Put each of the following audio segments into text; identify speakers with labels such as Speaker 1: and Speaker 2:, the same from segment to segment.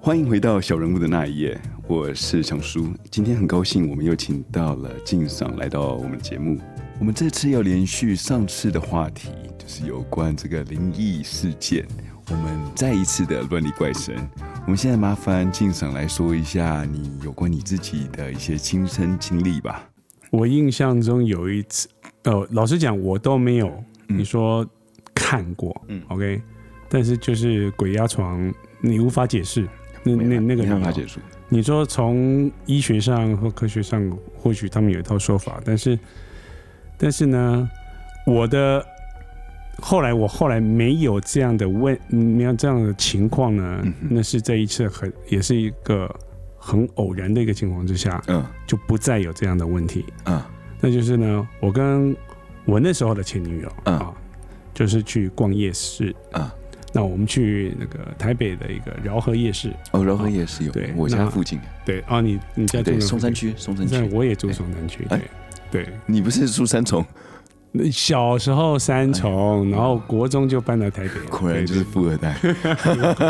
Speaker 1: 欢迎回到小人物的那一页，我是小叔。今天很高兴，我们又请到了静赏来到我们节目。我们这次要连续上次的话题，就是有关这个灵异事件，我们再一次的乱立怪神。我们现在麻烦静赏来说一下你有关你自己的一些亲身经历吧。
Speaker 2: 我印象中有一次，呃，老实讲，我都没有
Speaker 1: 嗯
Speaker 2: 你说看过，
Speaker 1: 嗯
Speaker 2: 嗯，OK，但是就是鬼压床，你无法解释，那那那个
Speaker 1: 没办法
Speaker 2: 理由
Speaker 1: 结束。
Speaker 2: 你说从医学上或科学上，或许他们有一套说法，但是，但是呢，我的后来我后来没有这样的问，没有这样的情况呢，
Speaker 1: 嗯哼
Speaker 2: 那是这一次很也是一个很偶然的一个情况之下，
Speaker 1: 嗯
Speaker 2: 就不再有这样的问题。
Speaker 1: 嗯
Speaker 2: 那就是呢，我跟我那时候的前女友、
Speaker 1: 嗯
Speaker 2: 啊，就是去逛夜市。
Speaker 1: 嗯，
Speaker 2: 那我们去那个台北的一个饶河夜市，
Speaker 1: 哦，饶河夜市有，
Speaker 2: 对
Speaker 1: 我家
Speaker 2: 那
Speaker 1: 附近，
Speaker 2: 对啊，你你家住
Speaker 1: 对，
Speaker 2: 哪
Speaker 1: 松
Speaker 2: 附
Speaker 1: 山
Speaker 2: 近
Speaker 1: 区，松山
Speaker 2: 那
Speaker 1: 区。
Speaker 2: 我也住松山区，
Speaker 1: 哎
Speaker 2: 对对。
Speaker 1: 你不是住三重？
Speaker 2: 那小时候三重，然后国中就搬到台北了，
Speaker 1: 哎嗯 果然 就是富二代。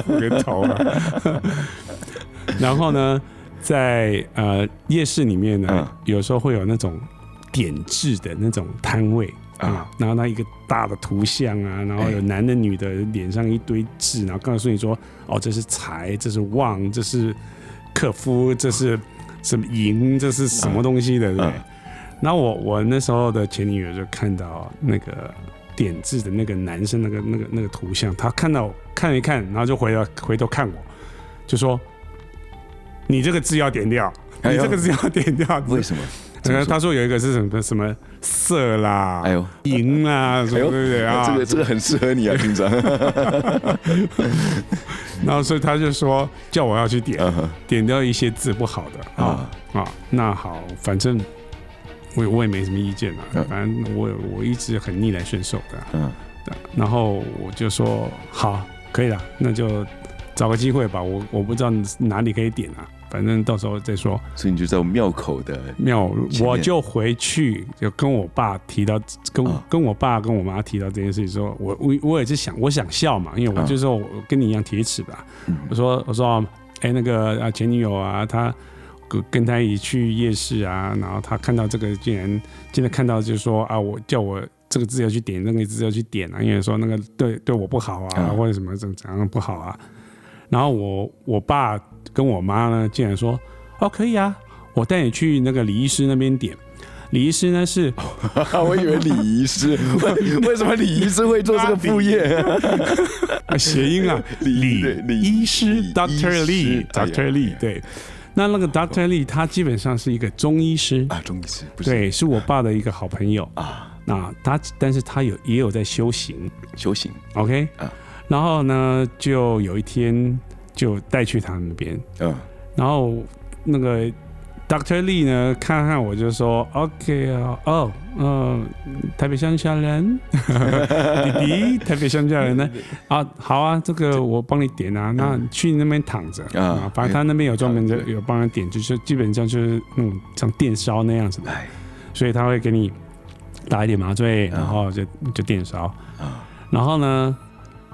Speaker 2: 对个头啊。 然后呢，在呃夜市里面呢，
Speaker 1: 嗯
Speaker 2: 有时候会有那种点痣的那种摊位。啊
Speaker 1: 啊，
Speaker 2: 然后那一个大的图像啊，然后有
Speaker 1: 哎
Speaker 2: 男的女的脸上一堆痣，然后告诉你说，哦，这是财，这是旺，这是克夫，这是什么银，这是什么东西的，对不
Speaker 1: 嗯
Speaker 2: 对？然后我我那时候的前女友就看到那个点痣的那个男生那个那个那个图像，她看到看了一看，然后就回头回头看我，就说：“你这个痣要点掉，
Speaker 1: 哎
Speaker 2: 你
Speaker 1: 呦
Speaker 2: 这个痣要点掉。”
Speaker 1: 为什么？怎么
Speaker 2: 然后
Speaker 1: 说
Speaker 2: 他说有一个是什么什么色啦，
Speaker 1: 哎呦，哎
Speaker 2: 银啦，什么对
Speaker 1: 呦
Speaker 2: 不对啊？
Speaker 1: 这个这个很适合你 啊，平常。
Speaker 2: 然后所以他就说叫我要去点，
Speaker 1: 嗯哼
Speaker 2: 点掉一些字不好的啊
Speaker 1: 啊
Speaker 2: 啊，那好，反正我我也没什么意见啊
Speaker 1: 嗯，
Speaker 2: 反正我我一直很逆来顺受的啊、
Speaker 1: 嗯
Speaker 2: 对然后我就说好，可以了，那就找个机会吧，我我不知道哪里可以点啊，反正到时候再说。
Speaker 1: 所以你就在我庙口 的，
Speaker 2: 没有，
Speaker 1: 前面
Speaker 2: 我就回去就跟我爸提到，跟、
Speaker 1: 啊
Speaker 2: 跟我爸跟我妈提到这件事情说，我我我也是想，我想笑嘛，因为我
Speaker 1: 啊
Speaker 2: 就说我跟你一样铁齿吧，
Speaker 1: 嗯
Speaker 2: 我说我说哎、那个啊前女友啊，她跟跟她一起去夜市啊，然后她看到这个竟然现在看到就是说啊，我叫我这个字要去点，那个字要去点啊，因为说那个对对我不好啊，
Speaker 1: 啊
Speaker 2: 或者什么怎怎样不好啊。然后我我爸跟我妈呢，竟然说哦可以啊，我带你去那个李医师那边点。李医师呢是
Speaker 1: 我以为礼仪师，为 为什么礼仪师会做这个副 业？
Speaker 2: 啊谐音啊，
Speaker 1: 李对李
Speaker 2: 医师
Speaker 1: 李医
Speaker 2: Doctor
Speaker 1: 师
Speaker 2: Lee
Speaker 1: 哎呀
Speaker 2: Doctor Lee 对，那那个 Doctor Lee 他基本上是一个中医师，
Speaker 1: 啊，中医师不是
Speaker 2: 对，是我爸的一个好朋友。
Speaker 1: 啊，
Speaker 2: 那他但是他有也有在修行，
Speaker 1: 修行
Speaker 2: OK，、
Speaker 1: 啊
Speaker 2: 然后呢，就有一天就带去他们那边，
Speaker 1: 嗯
Speaker 2: 然后那个 Doctor Lee 呢，看看我就说 OK 啊，哦，嗯、台北乡下人， 弟弟，台北乡下人呢，啊，好啊，这个我帮你点啊，那你去那边躺着
Speaker 1: 嗯啊
Speaker 2: 啊，反正他那边有专门的
Speaker 1: 哎
Speaker 2: 有帮他点，就是基本上就是嗯，像电烧那样子的
Speaker 1: 哎，
Speaker 2: 所以他会给你打一点麻醉，
Speaker 1: 啊
Speaker 2: 然后就就电烧。
Speaker 1: 啊
Speaker 2: 然后呢，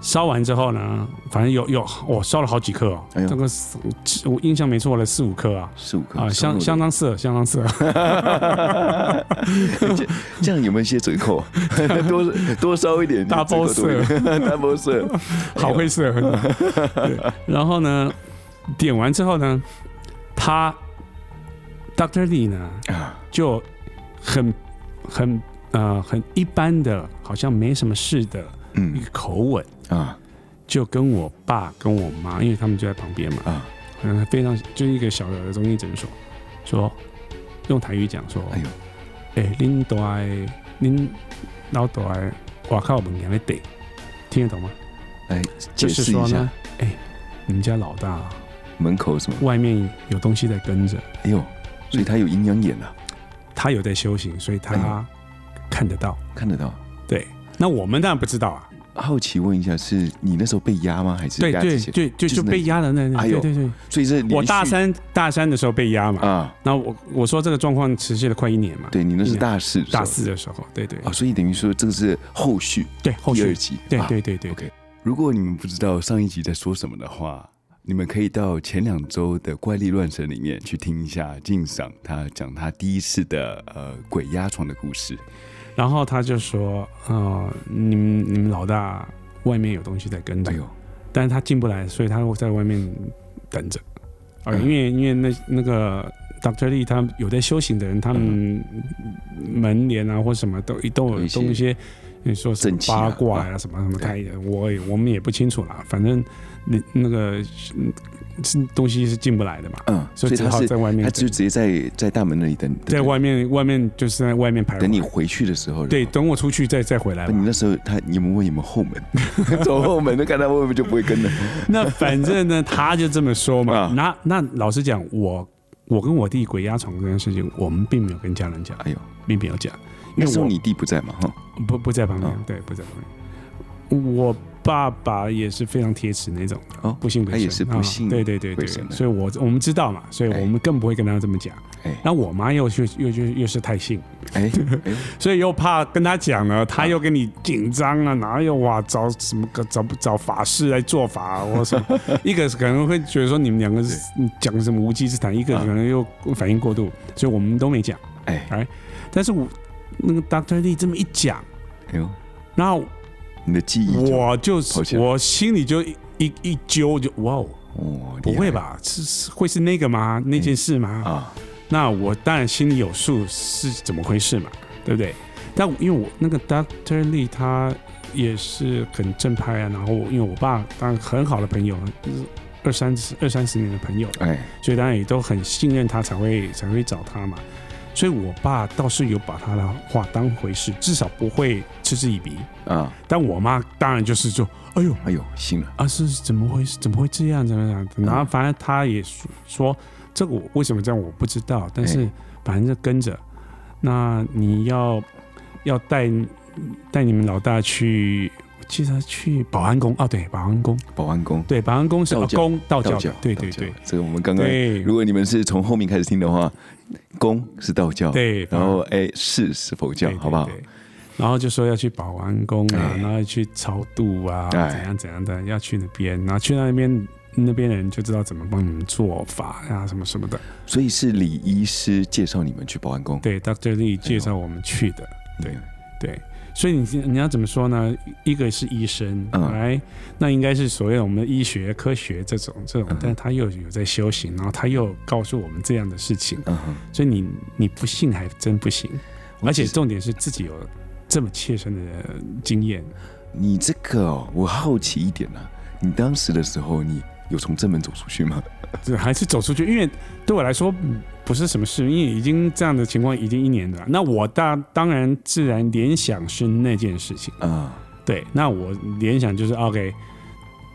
Speaker 2: 烧完之后呢，反正有有我烧了好几颗哦，
Speaker 1: 哎呦
Speaker 2: 这个四我印象没错了，四五颗啊。
Speaker 1: 十五克
Speaker 2: 啊，相相 当色，相当色，
Speaker 1: 这这样有没有一些折扣？ 多多烧一点
Speaker 2: Double
Speaker 1: 哎 ，double 色，
Speaker 2: 好会色。对然后呢，点完之后呢，他 Doctor Lee 呢
Speaker 1: 啊
Speaker 2: 就很很呃很一般的，好像没什么事的一
Speaker 1: 嗯
Speaker 2: 个口吻，
Speaker 1: 啊
Speaker 2: 就跟我爸跟我妈，因为他们就在旁边嘛，
Speaker 1: 啊，
Speaker 2: 嗯，非常就是一个小的中医诊所，说用台语讲说，
Speaker 1: 哎呦
Speaker 2: 哎、恁大的恁老大的外靠门件在地，听得懂吗？
Speaker 1: 来解
Speaker 2: 就是
Speaker 1: 释
Speaker 2: 说
Speaker 1: 一下
Speaker 2: 呢，哎、你们家老大啊
Speaker 1: 门口什么？
Speaker 2: 外面有东西在跟着，
Speaker 1: 哎呦，所以他有阴阳眼啊，
Speaker 2: 他有在修行，所以他
Speaker 1: 哎
Speaker 2: 看得到。
Speaker 1: 看得到。
Speaker 2: 对，那我们当然不知道啊。
Speaker 1: 好奇问一下，是你那时候被压吗？还是
Speaker 2: 对
Speaker 1: 压
Speaker 2: 对
Speaker 1: 之前？
Speaker 2: 对，就
Speaker 1: 就是
Speaker 2: 就
Speaker 1: 那
Speaker 2: 被压的那，那
Speaker 1: 哎呦
Speaker 2: 对对对，
Speaker 1: 所以这连
Speaker 2: 我大
Speaker 1: 续
Speaker 2: 三大三的时候被压嘛，
Speaker 1: 啊，
Speaker 2: 那我我说这个状况持续了快一年嘛，
Speaker 1: 对你那
Speaker 2: 一
Speaker 1: 是
Speaker 2: 年
Speaker 1: 大四的时候，
Speaker 2: 大四的时候，对对
Speaker 1: 啊，所以等于说这个是后续
Speaker 2: 对，后
Speaker 1: 第二
Speaker 2: 续
Speaker 1: 集，
Speaker 2: 对
Speaker 1: 啊
Speaker 2: 对对对
Speaker 1: OK 如果你们不知道上一集在说什么的话，你们可以到前两周的怪力乱神里面去听一下静赏他讲他第一次的呃鬼压床的故事。
Speaker 2: 然后他就说：“呃，你们你们老大外面有东西在跟着，
Speaker 1: 哎呦，
Speaker 2: 但是他进不来，所以他在外面等着。啊、
Speaker 1: 嗯
Speaker 2: 因为因为那那个 Doctor Lee 他有在修行的人，他们门帘啊或什么都都
Speaker 1: 嗯
Speaker 2: 有
Speaker 1: 有一些
Speaker 2: 都有一些，你说什么
Speaker 1: 正气啊
Speaker 2: 八卦呀、什么什么，
Speaker 1: 对
Speaker 2: 他也我也我们也不清楚啦。反正那那个嗯是东西是进不来的嘛，
Speaker 1: 嗯，所以
Speaker 2: 只
Speaker 1: 他
Speaker 2: 好
Speaker 1: 是
Speaker 2: 在外面
Speaker 1: 他
Speaker 2: 等，
Speaker 1: 就直接在在大门那里等，等
Speaker 2: 在外面外面就是在外面徘徊。
Speaker 1: 等你回去的时候。
Speaker 2: 对，
Speaker 1: 然后
Speaker 2: 等我出去再再回来吧
Speaker 1: 那。你那时候他你们问有没有后 门，走后门，那看他会不会就不会跟了。
Speaker 2: 那反正呢，他就这么说嘛
Speaker 1: 啊。
Speaker 2: 那那老实讲，我我跟我弟鬼压床这件事情，我们并没有跟家人讲，
Speaker 1: 哎呦，
Speaker 2: 并没有讲，因
Speaker 1: 那
Speaker 2: 为
Speaker 1: 时候
Speaker 2: 我
Speaker 1: 你弟不在嘛，哈，
Speaker 2: 不不在旁边
Speaker 1: 嗯，
Speaker 2: 对，不在旁边。我爸爸也是非常铁齿那种的，
Speaker 1: 哦
Speaker 2: 不信鬼神，
Speaker 1: 他也是不
Speaker 2: 啊
Speaker 1: 信
Speaker 2: 对对对
Speaker 1: 鬼
Speaker 2: 对，
Speaker 1: 神的
Speaker 2: 所以我我们知道嘛，所以我们更不会跟他这么讲。
Speaker 1: 哎
Speaker 2: 那我妈又去又就又是太信，
Speaker 1: 哎哎，
Speaker 2: 所以又怕跟他讲呢，他又跟你紧张啊，哪有哇找什么个找找法师来做法、啊，或什么，一个可能会觉得说你们两个是讲什么无稽之谈，一个可能又反应过度，所以我们都没讲。
Speaker 1: 哎
Speaker 2: 但是我那个 Doctor Lee 这么一讲，
Speaker 1: 哎呦，
Speaker 2: 然后
Speaker 1: 你的记忆就
Speaker 2: 我就
Speaker 1: 跑起来
Speaker 2: 我心里就一一一揪就哇哦，
Speaker 1: 哦，
Speaker 2: 不会
Speaker 1: 厉害
Speaker 2: 吧？是是会是那个吗？那件事吗？
Speaker 1: 啊？
Speaker 2: 那我当然心里有数是怎么回事嘛，对不对？但因为我那个 Doctor Lee 他也是很正派啊，然后因为我爸当然很好的朋友，就是二三十二三十年的朋友，
Speaker 1: 哎
Speaker 2: 所以当然也都很信任他才会才会找他嘛。所以我爸倒是有把他的话当回事，至少不会嗤之以鼻。
Speaker 1: 啊，
Speaker 2: 但我妈当然就是说，哎呦
Speaker 1: 哎呦，信了，
Speaker 2: 啊是是怎么回事？怎么会这样？怎么样？
Speaker 1: 嗯
Speaker 2: 然后反正他也说说这个我为什么这样我不知道，但是
Speaker 1: 哎
Speaker 2: 反正就跟着。那你要要带带你们老大去，我记得他去保安宫哦，对，保安宫，
Speaker 1: 保安宫，
Speaker 2: 对，保安宫是哦
Speaker 1: 道教
Speaker 2: 宫道教
Speaker 1: 道
Speaker 2: 的
Speaker 1: 教，
Speaker 2: 对
Speaker 1: 道
Speaker 2: 对
Speaker 1: 教
Speaker 2: 对，
Speaker 1: 这个我们刚刚，
Speaker 2: 对
Speaker 1: 如果你们是从后面开始听的话，宫是道教，，
Speaker 2: 对，
Speaker 1: 然后哎是是佛教
Speaker 2: 对，
Speaker 1: 好不好？？
Speaker 2: 对对然后就说要去保安宫啊，
Speaker 1: 哎
Speaker 2: 然后去超度啊，
Speaker 1: 哎
Speaker 2: 怎样怎样的，要去那边，然后去到那边，那边的人就知道怎么帮你们做法呀、什么什么的。
Speaker 1: 所以是李医师介绍你们去保安宫，
Speaker 2: 对，Dr.
Speaker 1: 哎
Speaker 2: Lee 介绍我们去的。对
Speaker 1: 嗯
Speaker 2: 对，所以你你要怎么说呢？一个是医生，
Speaker 1: 嗯
Speaker 2: 来、那应该是所谓我们的医学科学这种这种
Speaker 1: 嗯哼，
Speaker 2: 但是他又有在修行，然后他又告诉我们这样的事情，
Speaker 1: 嗯哼，
Speaker 2: 所以你你不信还真不行，而且
Speaker 1: 其实
Speaker 2: 重点是自己有这么切身的经验。
Speaker 1: 你这个哦，我好奇一点啊，你当时的时候，你有从正门走出去吗？
Speaker 2: 这还是走出去，因为对我来说嗯不是什么事，因为已经这样的情况已经一年了。那我大当然自然联想是那件事情，
Speaker 1: 啊，
Speaker 2: 对，那我联想就是 OK，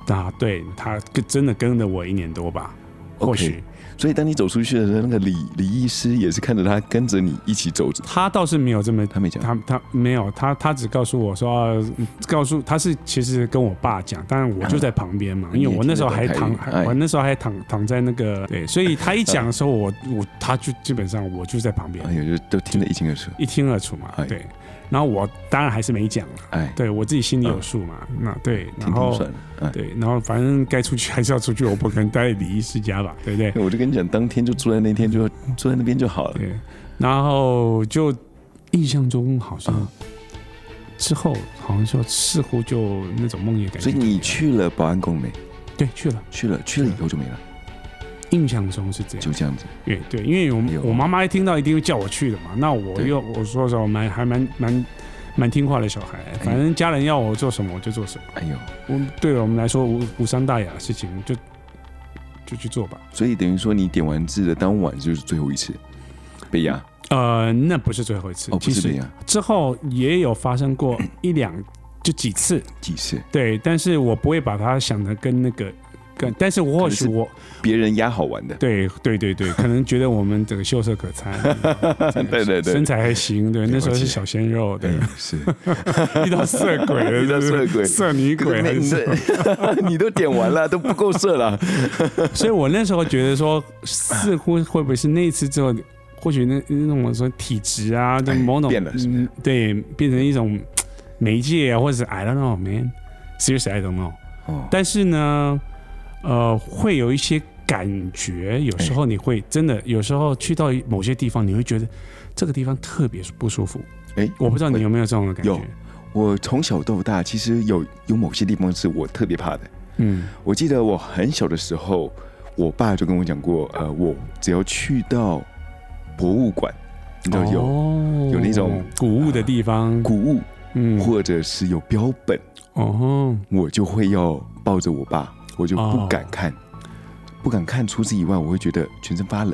Speaker 2: 啊，对他跟真的跟了我一年多吧，或
Speaker 1: OK
Speaker 2: 许
Speaker 1: 所以当你走出去的时候，那个李李医师也是看着他跟着你一起走，
Speaker 2: 他倒是没有这么。
Speaker 1: 他没讲，
Speaker 2: 他他没有，他他只告诉我说，啊告诉他是其实跟我爸讲，当然我就在旁边嘛，
Speaker 1: 嗯
Speaker 2: 因为我那时候还
Speaker 1: 你
Speaker 2: 躺
Speaker 1: 也听得懂台，语哎
Speaker 2: 我那时候还躺躺在那个对，所以他一讲的时候，我我他就基本上我就在旁边，
Speaker 1: 哎呦，就都听得一清二楚，
Speaker 2: 一清二楚嘛
Speaker 1: 哎，
Speaker 2: 对。然后我当然还是没讲了，
Speaker 1: 哎，
Speaker 2: 对我自己心里有数嘛。
Speaker 1: 嗯
Speaker 2: 那对，然
Speaker 1: 听听
Speaker 2: 后
Speaker 1: 算了，哎。
Speaker 2: 对，然后反正该出去还是要出去，我不可能 待在李医师家吧，对不对？
Speaker 1: 我就跟你讲，当天就住在那天就住在那边就好了。
Speaker 2: 对。然后就印象中好像
Speaker 1: 嗯
Speaker 2: 之后好像就似乎就那种梦魇感觉
Speaker 1: 所
Speaker 2: 就没了。
Speaker 1: 以你去了保安宫没？
Speaker 2: 对去了，
Speaker 1: 去了，去了以后就没了，
Speaker 2: 印象中是这样。
Speaker 1: 就这样子。
Speaker 2: 对对，因为我
Speaker 1: 哎呦
Speaker 2: 们我妈妈一听到一定会叫我去的嘛。那我
Speaker 1: 对
Speaker 2: 又我说实话，我蛮还蛮蛮蛮听话的小孩，反正家人要我做什么我就做什么。
Speaker 1: 哎呦，
Speaker 2: 我对我们来说无无伤大雅的事情，就就去做吧。
Speaker 1: 所以等于说你点完痣的当晚就是最后一次被压
Speaker 2: 呃，那不是最后一次，
Speaker 1: 哦，不
Speaker 2: 其
Speaker 1: 是被
Speaker 2: 实
Speaker 1: 压
Speaker 2: 之后也有发生过一两就几次，
Speaker 1: 几次，
Speaker 2: 对，但是我不会把它想的跟那个跟，但是我或许
Speaker 1: 可能
Speaker 2: 我
Speaker 1: 别人压好玩的。
Speaker 2: 对对对对，可能觉得我们这个秀色可餐，这个
Speaker 1: 对对对
Speaker 2: 身材还行，对，
Speaker 1: 解
Speaker 2: 那时候是小鲜肉，对
Speaker 1: 哎，是，
Speaker 2: 遇到色鬼 了，
Speaker 1: 遇到
Speaker 2: 是不是
Speaker 1: 色鬼
Speaker 2: 色女
Speaker 1: 可
Speaker 2: 鬼
Speaker 1: 是
Speaker 2: 还
Speaker 1: 那
Speaker 2: 是
Speaker 1: 你
Speaker 2: 什么，
Speaker 1: 这你都点完了，都不够射了。
Speaker 2: 所以我那时候觉得说，似乎会不会是那一次之后，或许那那种说体质啊，就
Speaker 1: 哎
Speaker 2: 某种
Speaker 1: 变了是不是
Speaker 2: 嗯对，变成一种媒介啊，或者是 I don't know man，seriously I don't know。
Speaker 1: 哦，
Speaker 2: 但是呢，呃，会有一些感觉。有时候你会真的，有时候去到某些地方，你会觉得这个地方特别不舒服。
Speaker 1: 哎
Speaker 2: 我不知道你有没有这种感
Speaker 1: 有
Speaker 2: 觉？
Speaker 1: 我从小到大，其实有有某些地方是我特别怕的。
Speaker 2: 嗯，
Speaker 1: 我记得我很小的时候，我爸就跟我讲过，呃，我只要去到博物馆，你知道有、
Speaker 2: 哦
Speaker 1: 有那种
Speaker 2: 古物的地方，
Speaker 1: 古物，
Speaker 2: 嗯，
Speaker 1: 或者是有标本，
Speaker 2: 哦，
Speaker 1: 我就会要抱着我爸，我就不敢看，
Speaker 2: 哦
Speaker 1: 不敢看。除此以外，我会觉得全身发冷。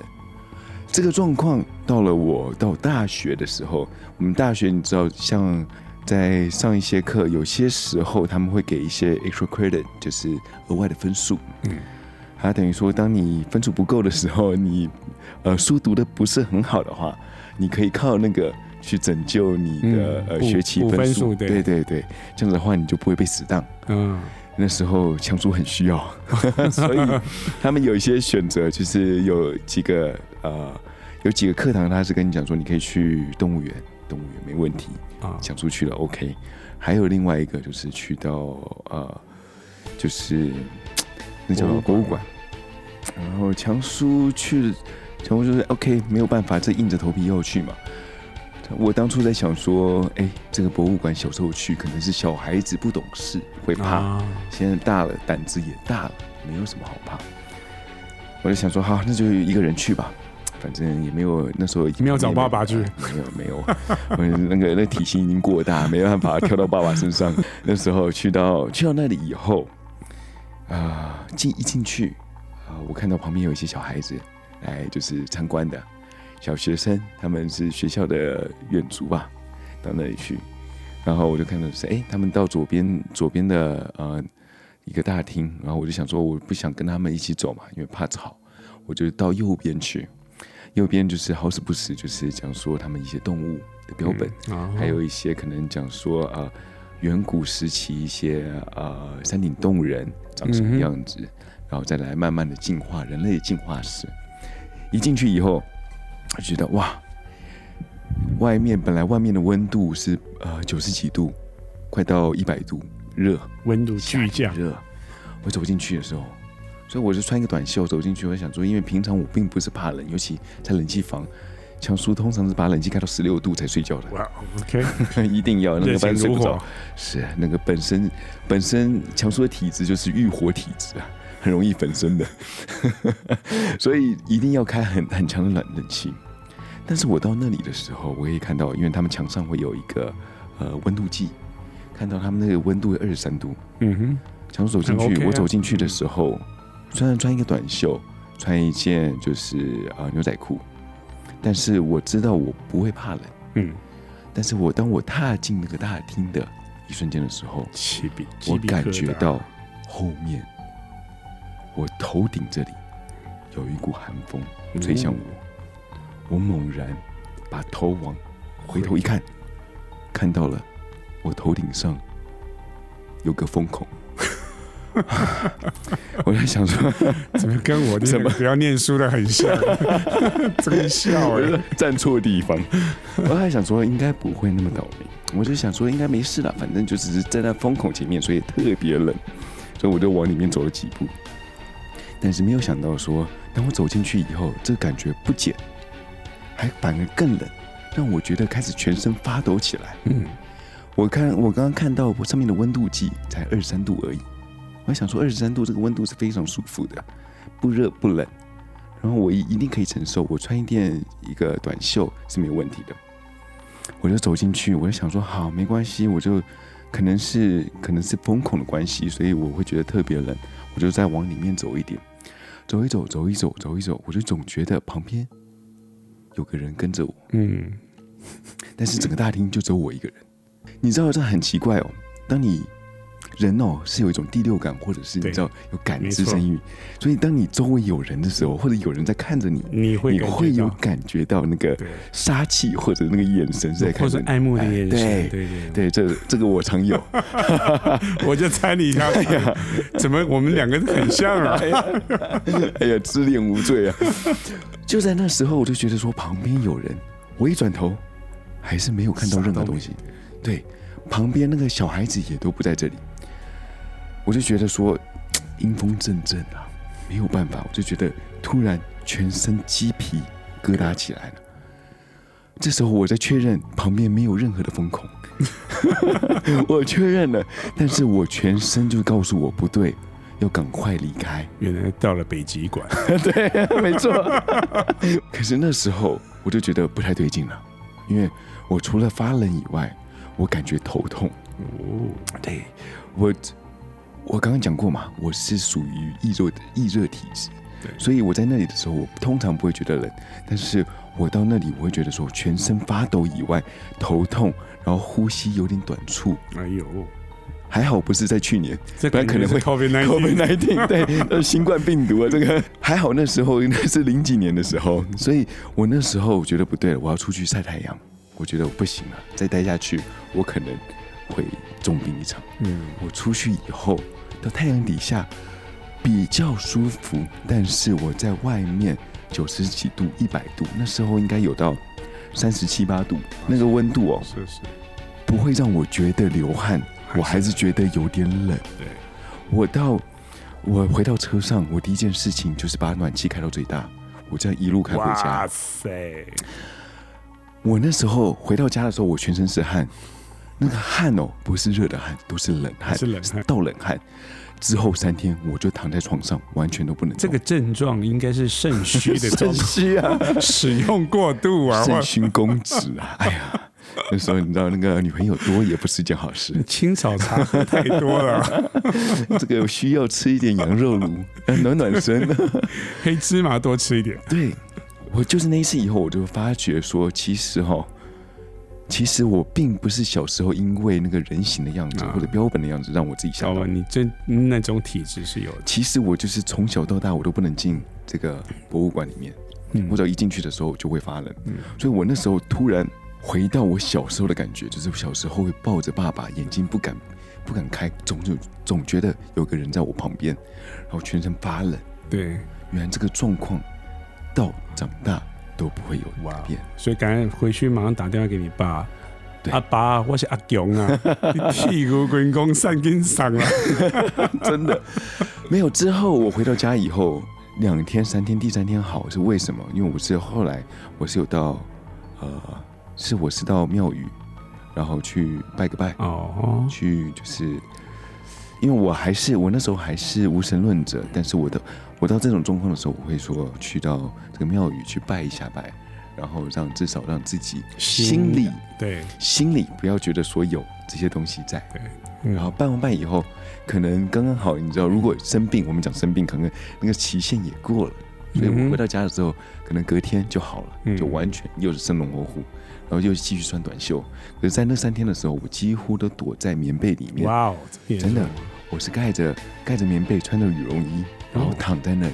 Speaker 1: 这个状况到了我到大学的时候，我们大学你知道，像在上一些课，有些时候他们会给一些 extra credit，就是额外的分数。
Speaker 2: 嗯，
Speaker 1: 它等于说，当你分数不够的时候，你呃书读的不是很好的话，你可以靠那个去拯救你的、
Speaker 2: 嗯
Speaker 1: 呃
Speaker 2: 补
Speaker 1: 学期
Speaker 2: 补
Speaker 1: 分
Speaker 2: 分
Speaker 1: 数。
Speaker 2: 数对
Speaker 1: 对对对，这样子的话你就不会被死当。
Speaker 2: 嗯，
Speaker 1: 那时候强叔很 需要，所以他们有一些选择，就是有几个呃，有几个课堂他是跟你讲说，你可以去动物园，动物园没问题，
Speaker 2: 啊，
Speaker 1: 想出去了 OK。还有另外一个就是去到呃，就是那叫博
Speaker 2: 博
Speaker 1: 物
Speaker 2: 物
Speaker 1: 馆
Speaker 2: 馆，
Speaker 1: 然后强叔去，强叔就是 OK，没有办法，这硬着头皮要去嘛。我当初在想说，哎、这个博物馆小时候去可能是小孩子不懂事会怕，
Speaker 2: 啊，
Speaker 1: 现在大了，胆子也大了，没有什么好怕。我就想说，好，那就一个人去吧，反正也没有那时候也
Speaker 2: 没有找爸爸去
Speaker 1: 没有没有，我那个那体型已经过大，没办法跳到爸爸身上。 那时候去到去到那里以后，啊、进一进去啊、我看到旁边有一些小孩子来就是参观的小学生，他们是学校的远足吧，到那里去，然后我就看到是哎、诶他们到左边左边的呃一个大厅，然后我就想说我不想跟他们一起走嘛，因为怕吵，我就到右边去。右边就是好死不死就是讲说他们一些动物的标本，
Speaker 2: 啊，
Speaker 1: 还有一些可能讲说啊、呃远古时期一些呃山顶洞人长
Speaker 2: 嗯
Speaker 1: 什么样子，然后再来慢慢的进化人类的进化史。一进去以后，我觉得哇，外面本来外面的温度是呃九十几度，快到一百度，热
Speaker 2: 温度巨降，
Speaker 1: 热。我走进去的时候，所以我就穿一个短袖走进去。我想说，因为平常我并不是怕冷，尤其在冷气房，强叔通常是把冷气开到十六度才睡觉的。
Speaker 2: 哇，OK，
Speaker 1: 一定要，那个
Speaker 2: 热
Speaker 1: 不然
Speaker 2: 情
Speaker 1: 睡
Speaker 2: 如
Speaker 1: 不着
Speaker 2: 火。，
Speaker 1: 是那个本身本身强叔的体质就是浴火体质啊，很容易焚身的， 所以一定要开很很强的冷冷气。但是我到那里的时候，我可以看到，因为他们墙上会有一个呃温度计，看到他们那个温度二十三度。
Speaker 2: 嗯哼，
Speaker 1: 强叔走进
Speaker 2: 很
Speaker 1: 去，
Speaker 2: OK 啊
Speaker 1: 我走进去的时候，虽然穿一个短袖，穿一件就是啊、呃牛仔裤，但是我知道我不会怕冷。
Speaker 2: 嗯，
Speaker 1: 但是我当我踏进那个大厅的一瞬间的时候，
Speaker 2: 起笔，
Speaker 1: 我
Speaker 2: 鸡皮
Speaker 1: 感
Speaker 2: 疙
Speaker 1: 觉
Speaker 2: 瘩
Speaker 1: 到后面，我头顶这里有一股寒风
Speaker 2: 嗯
Speaker 1: 吹向我，我猛然把头往回头一看，看到了我头顶上有个风孔。 我在想说，
Speaker 2: 怎么跟我
Speaker 1: 怎
Speaker 2: 这
Speaker 1: 么
Speaker 2: 个不要念书的 很像？真么笑
Speaker 1: 我
Speaker 2: 哎、
Speaker 1: 就 站错地方。我还想说应该不会那么倒霉，我就想说应该没事啦，反正就只是站在风口前面，所以特别冷，所以我就往里面走了几步。但是没有想到说，当我走进去以后，这感觉不减，还反而更冷，让我觉得开始全身发抖起来。
Speaker 2: 嗯，
Speaker 1: 我看我刚刚看到上面的温度计才二十三度而已，我还想说二十三度这个温度是非常舒服的，不热不冷，然后我一一定可以承受，我穿一件一个短袖是没有问题的。我就走进去，我就想说好没关系，我就可能是可能是风孔的关系，所以我会觉得特别冷，我就再往里面走一点，走一走，走一走，走一走，我就总觉得旁边有个人跟着我。
Speaker 2: 嗯，
Speaker 1: 但是整个大厅就只有我一个人。你知道这很奇怪哦，当你人哦是有一种第六感，或者是你
Speaker 2: 对
Speaker 1: 知道有感知
Speaker 2: 没错
Speaker 1: 声音，所以当你周围有人的时候，或者有人在看着你，
Speaker 2: 你会
Speaker 1: 你
Speaker 2: 感觉
Speaker 1: 会有
Speaker 2: 到
Speaker 1: 感觉到那个
Speaker 2: 对，
Speaker 1: 杀气或者那个眼神是在看
Speaker 2: 或
Speaker 1: 着
Speaker 2: 是
Speaker 1: 你。
Speaker 2: 爱慕的
Speaker 1: 哎
Speaker 2: 眼
Speaker 1: 对
Speaker 2: 神，对对
Speaker 1: 对，这这个我常有，
Speaker 2: 我就猜你一下，怎么我们两个很像啊？
Speaker 1: 哎呀，知恋无罪啊！就在那时候，我就觉得说旁边有人，我一转头，还是没有看到任何东西。对，旁边那个小孩子也都不在这里，我就觉得说，阴风阵阵啊，没有办法，我就觉得突然全身鸡皮疙瘩起来了。这时候我在确认旁边没有任何的风孔， 我确认了，但是我全身就告诉我不对，要赶快离开。
Speaker 2: 原来到了北极馆，
Speaker 1: 对， 没错。可是那时候我就觉得不太对劲了，因为我除了发冷以外，我感觉头痛。
Speaker 2: 哦，
Speaker 1: 对我，我刚刚讲过嘛，我是属于易热易热体质
Speaker 2: 对，
Speaker 1: 所以我在那里的时候，我通常不会觉得冷，但是我到那里，我会觉得说全身发抖以外，头痛，然后呼吸有点短促。
Speaker 2: 哎呦，
Speaker 1: 还好不是在去年
Speaker 2: 这
Speaker 1: 不然可能会
Speaker 2: COVID
Speaker 1: COVID
Speaker 2: nineteen，
Speaker 1: nineteen，对，呃新冠病毒啊，这个还好那时候那是零几年的时候，所以我那时候我觉得不对了，我要出去晒太阳，我觉得我不行了，再待下去我可能会重病一场。
Speaker 2: 嗯，
Speaker 1: 我出去以后到太阳底下比较舒服，但是我在外面九十几度、一百度，那时候应该有到三十七八度那个温度哦，
Speaker 2: 是是，
Speaker 1: 不会让我觉得流汗，我还
Speaker 2: 是
Speaker 1: 是觉得有点冷。
Speaker 2: 对，
Speaker 1: 我到我回到车上，我第一件事情就是把暖气开到最大，我这样一路开回家
Speaker 2: 哇。塞，
Speaker 1: 我那时候回到家的时候，我全身是汗，那个汗哦，不是热的汗，都是冷汗，
Speaker 2: 是冷汗
Speaker 1: 到冷汗。之后三天，我就躺在床上，完全都不能动。
Speaker 2: 这个症状应该是肾 虚的状
Speaker 1: 肾
Speaker 2: 况，
Speaker 1: 虚 啊，
Speaker 2: 使用过度啊，
Speaker 1: 肾
Speaker 2: 或，
Speaker 1: 虚公子啊， 哎呀，那时候你知道那个女朋友多也不是一件好事
Speaker 2: 青草茶喝太 多了，啊
Speaker 1: 这个需要吃一点羊肉炉，暖暖身。啊
Speaker 2: 黑芝麻多吃一点，
Speaker 1: 对，我就是那一次以后，我就发觉说，其实哈，其实我并不是小时候因为那个人形的样子、
Speaker 2: 啊哦
Speaker 1: 或者标本的样子让我自己吓
Speaker 2: 小
Speaker 1: 到。
Speaker 2: 文，你这那种体质是有的，
Speaker 1: 其实我就是从小到大我都不能进这个博物馆里面，
Speaker 2: 嗯
Speaker 1: 我只要一进去的时候我就会发冷，
Speaker 2: 嗯
Speaker 1: 所以我那时候突然回到我小时候的感觉，就是我小时候会抱着爸爸，眼睛不敢不敢开，总总总觉得有个人在我旁边，然后全身发冷。
Speaker 2: 对，
Speaker 1: 原来这个状况到长大都不会有
Speaker 2: 哇
Speaker 1: 改变。
Speaker 2: 所以赶快回去马上打电话给你爸。
Speaker 1: 对
Speaker 2: 阿爸，我是阿强 啊，你屁股滚弓散跟散啊了。
Speaker 1: 真的没有。之后我回到家以后，两天三天，第三天好是为什么？因为我是后来我是有到，呃，是我是到庙宇，然后去拜个拜，
Speaker 2: 哦，
Speaker 1: 去就是，因为我还是我那时候还是无神论者，但是我的我到这种状况的时候，我会说去到这个庙宇去拜一下拜，然后让至少让自己心里
Speaker 2: 对，
Speaker 1: 心里不要觉得说有这些东西在。
Speaker 2: 然
Speaker 1: 然后办完拜以后，可能刚刚好，你知道，如果生病，我们讲生病，可能那个期限也过了，所以我回到家的时候，可能隔天就好了，
Speaker 2: 嗯
Speaker 1: 就完全又是生龙活虎，然后又继续穿短袖。可是，在那三天的时候，我几乎都躲在棉被里面，
Speaker 2: 哇哦，这个也
Speaker 1: 真的，我是盖着盖着棉被，穿着羽绒衣，
Speaker 2: 哦
Speaker 1: 然后躺在那里，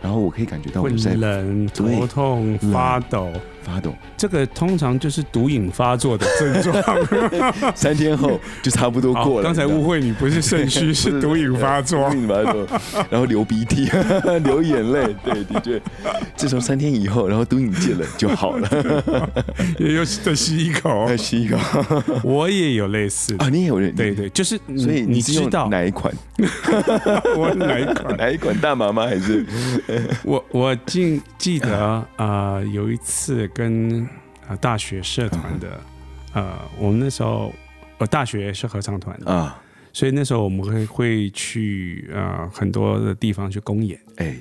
Speaker 1: 然后我可以感觉到我
Speaker 2: 会
Speaker 1: 在
Speaker 2: 冷、
Speaker 1: 对
Speaker 2: 头痛、
Speaker 1: 冷
Speaker 2: 发抖，
Speaker 1: 发抖。
Speaker 2: 这个通常就是毒瘾发作的 症状。
Speaker 1: 三天后就差不多过
Speaker 2: 好
Speaker 1: 了，
Speaker 2: 刚才
Speaker 1: 你知道
Speaker 2: 误会你不是 肾虚，
Speaker 1: 不
Speaker 2: 是毒瘾发作
Speaker 1: 毒。瘾发作， 然后流鼻涕， 流眼泪，对，的确，自从三天以后，然后毒瘾戒了就好 了，
Speaker 2: 也有再吸一口，
Speaker 1: 再吸一个啊，
Speaker 2: 我也有类似的。
Speaker 1: 你也有人
Speaker 2: 哦对，对，就是
Speaker 1: 啊所以
Speaker 2: 你
Speaker 1: 是
Speaker 2: 知
Speaker 1: 用
Speaker 2: 道
Speaker 1: 哪一款？
Speaker 2: 我哪一 款？
Speaker 1: 哪一款大麻吗？还是
Speaker 2: 我我记记得啊、呃有一次跟啊、呃大学社团的，呃，我们那时候我大学是合唱团的，
Speaker 1: 啊？
Speaker 2: 所以那时候我们会会去呃很多的地方去公演，
Speaker 1: 哎，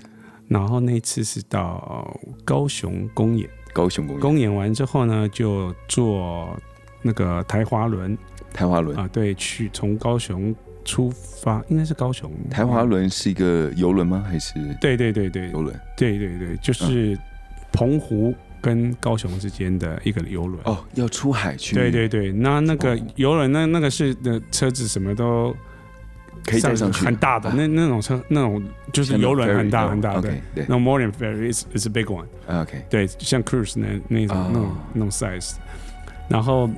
Speaker 2: 然后那一次是到高雄公演，
Speaker 1: 高雄公园
Speaker 2: 公演完之后呢，就坐那个台华轮
Speaker 1: 台华轮
Speaker 2: 啊、，对，去从高雄出发，应该是高雄
Speaker 1: 台华，轮是一个游轮吗？还是
Speaker 2: 对对对对
Speaker 1: 游轮？
Speaker 2: 对对对，
Speaker 1: 嗯
Speaker 2: 就是澎湖跟高雄之间的一个游轮。
Speaker 1: 哦，要出海去，
Speaker 2: 对，对对，那那个
Speaker 1: 哦
Speaker 2: 游轮，那那个是的车子什么都
Speaker 1: 可以带上去，啊
Speaker 2: 很大的，那那种车那种就是游轮很大很大的
Speaker 1: 哦 OK，。对啊
Speaker 2: 那 m o r e n ferry is is a big one，
Speaker 1: ，OK，
Speaker 2: 对，像 cruise 那那种
Speaker 1: 哦
Speaker 2: 那种那种 size，然后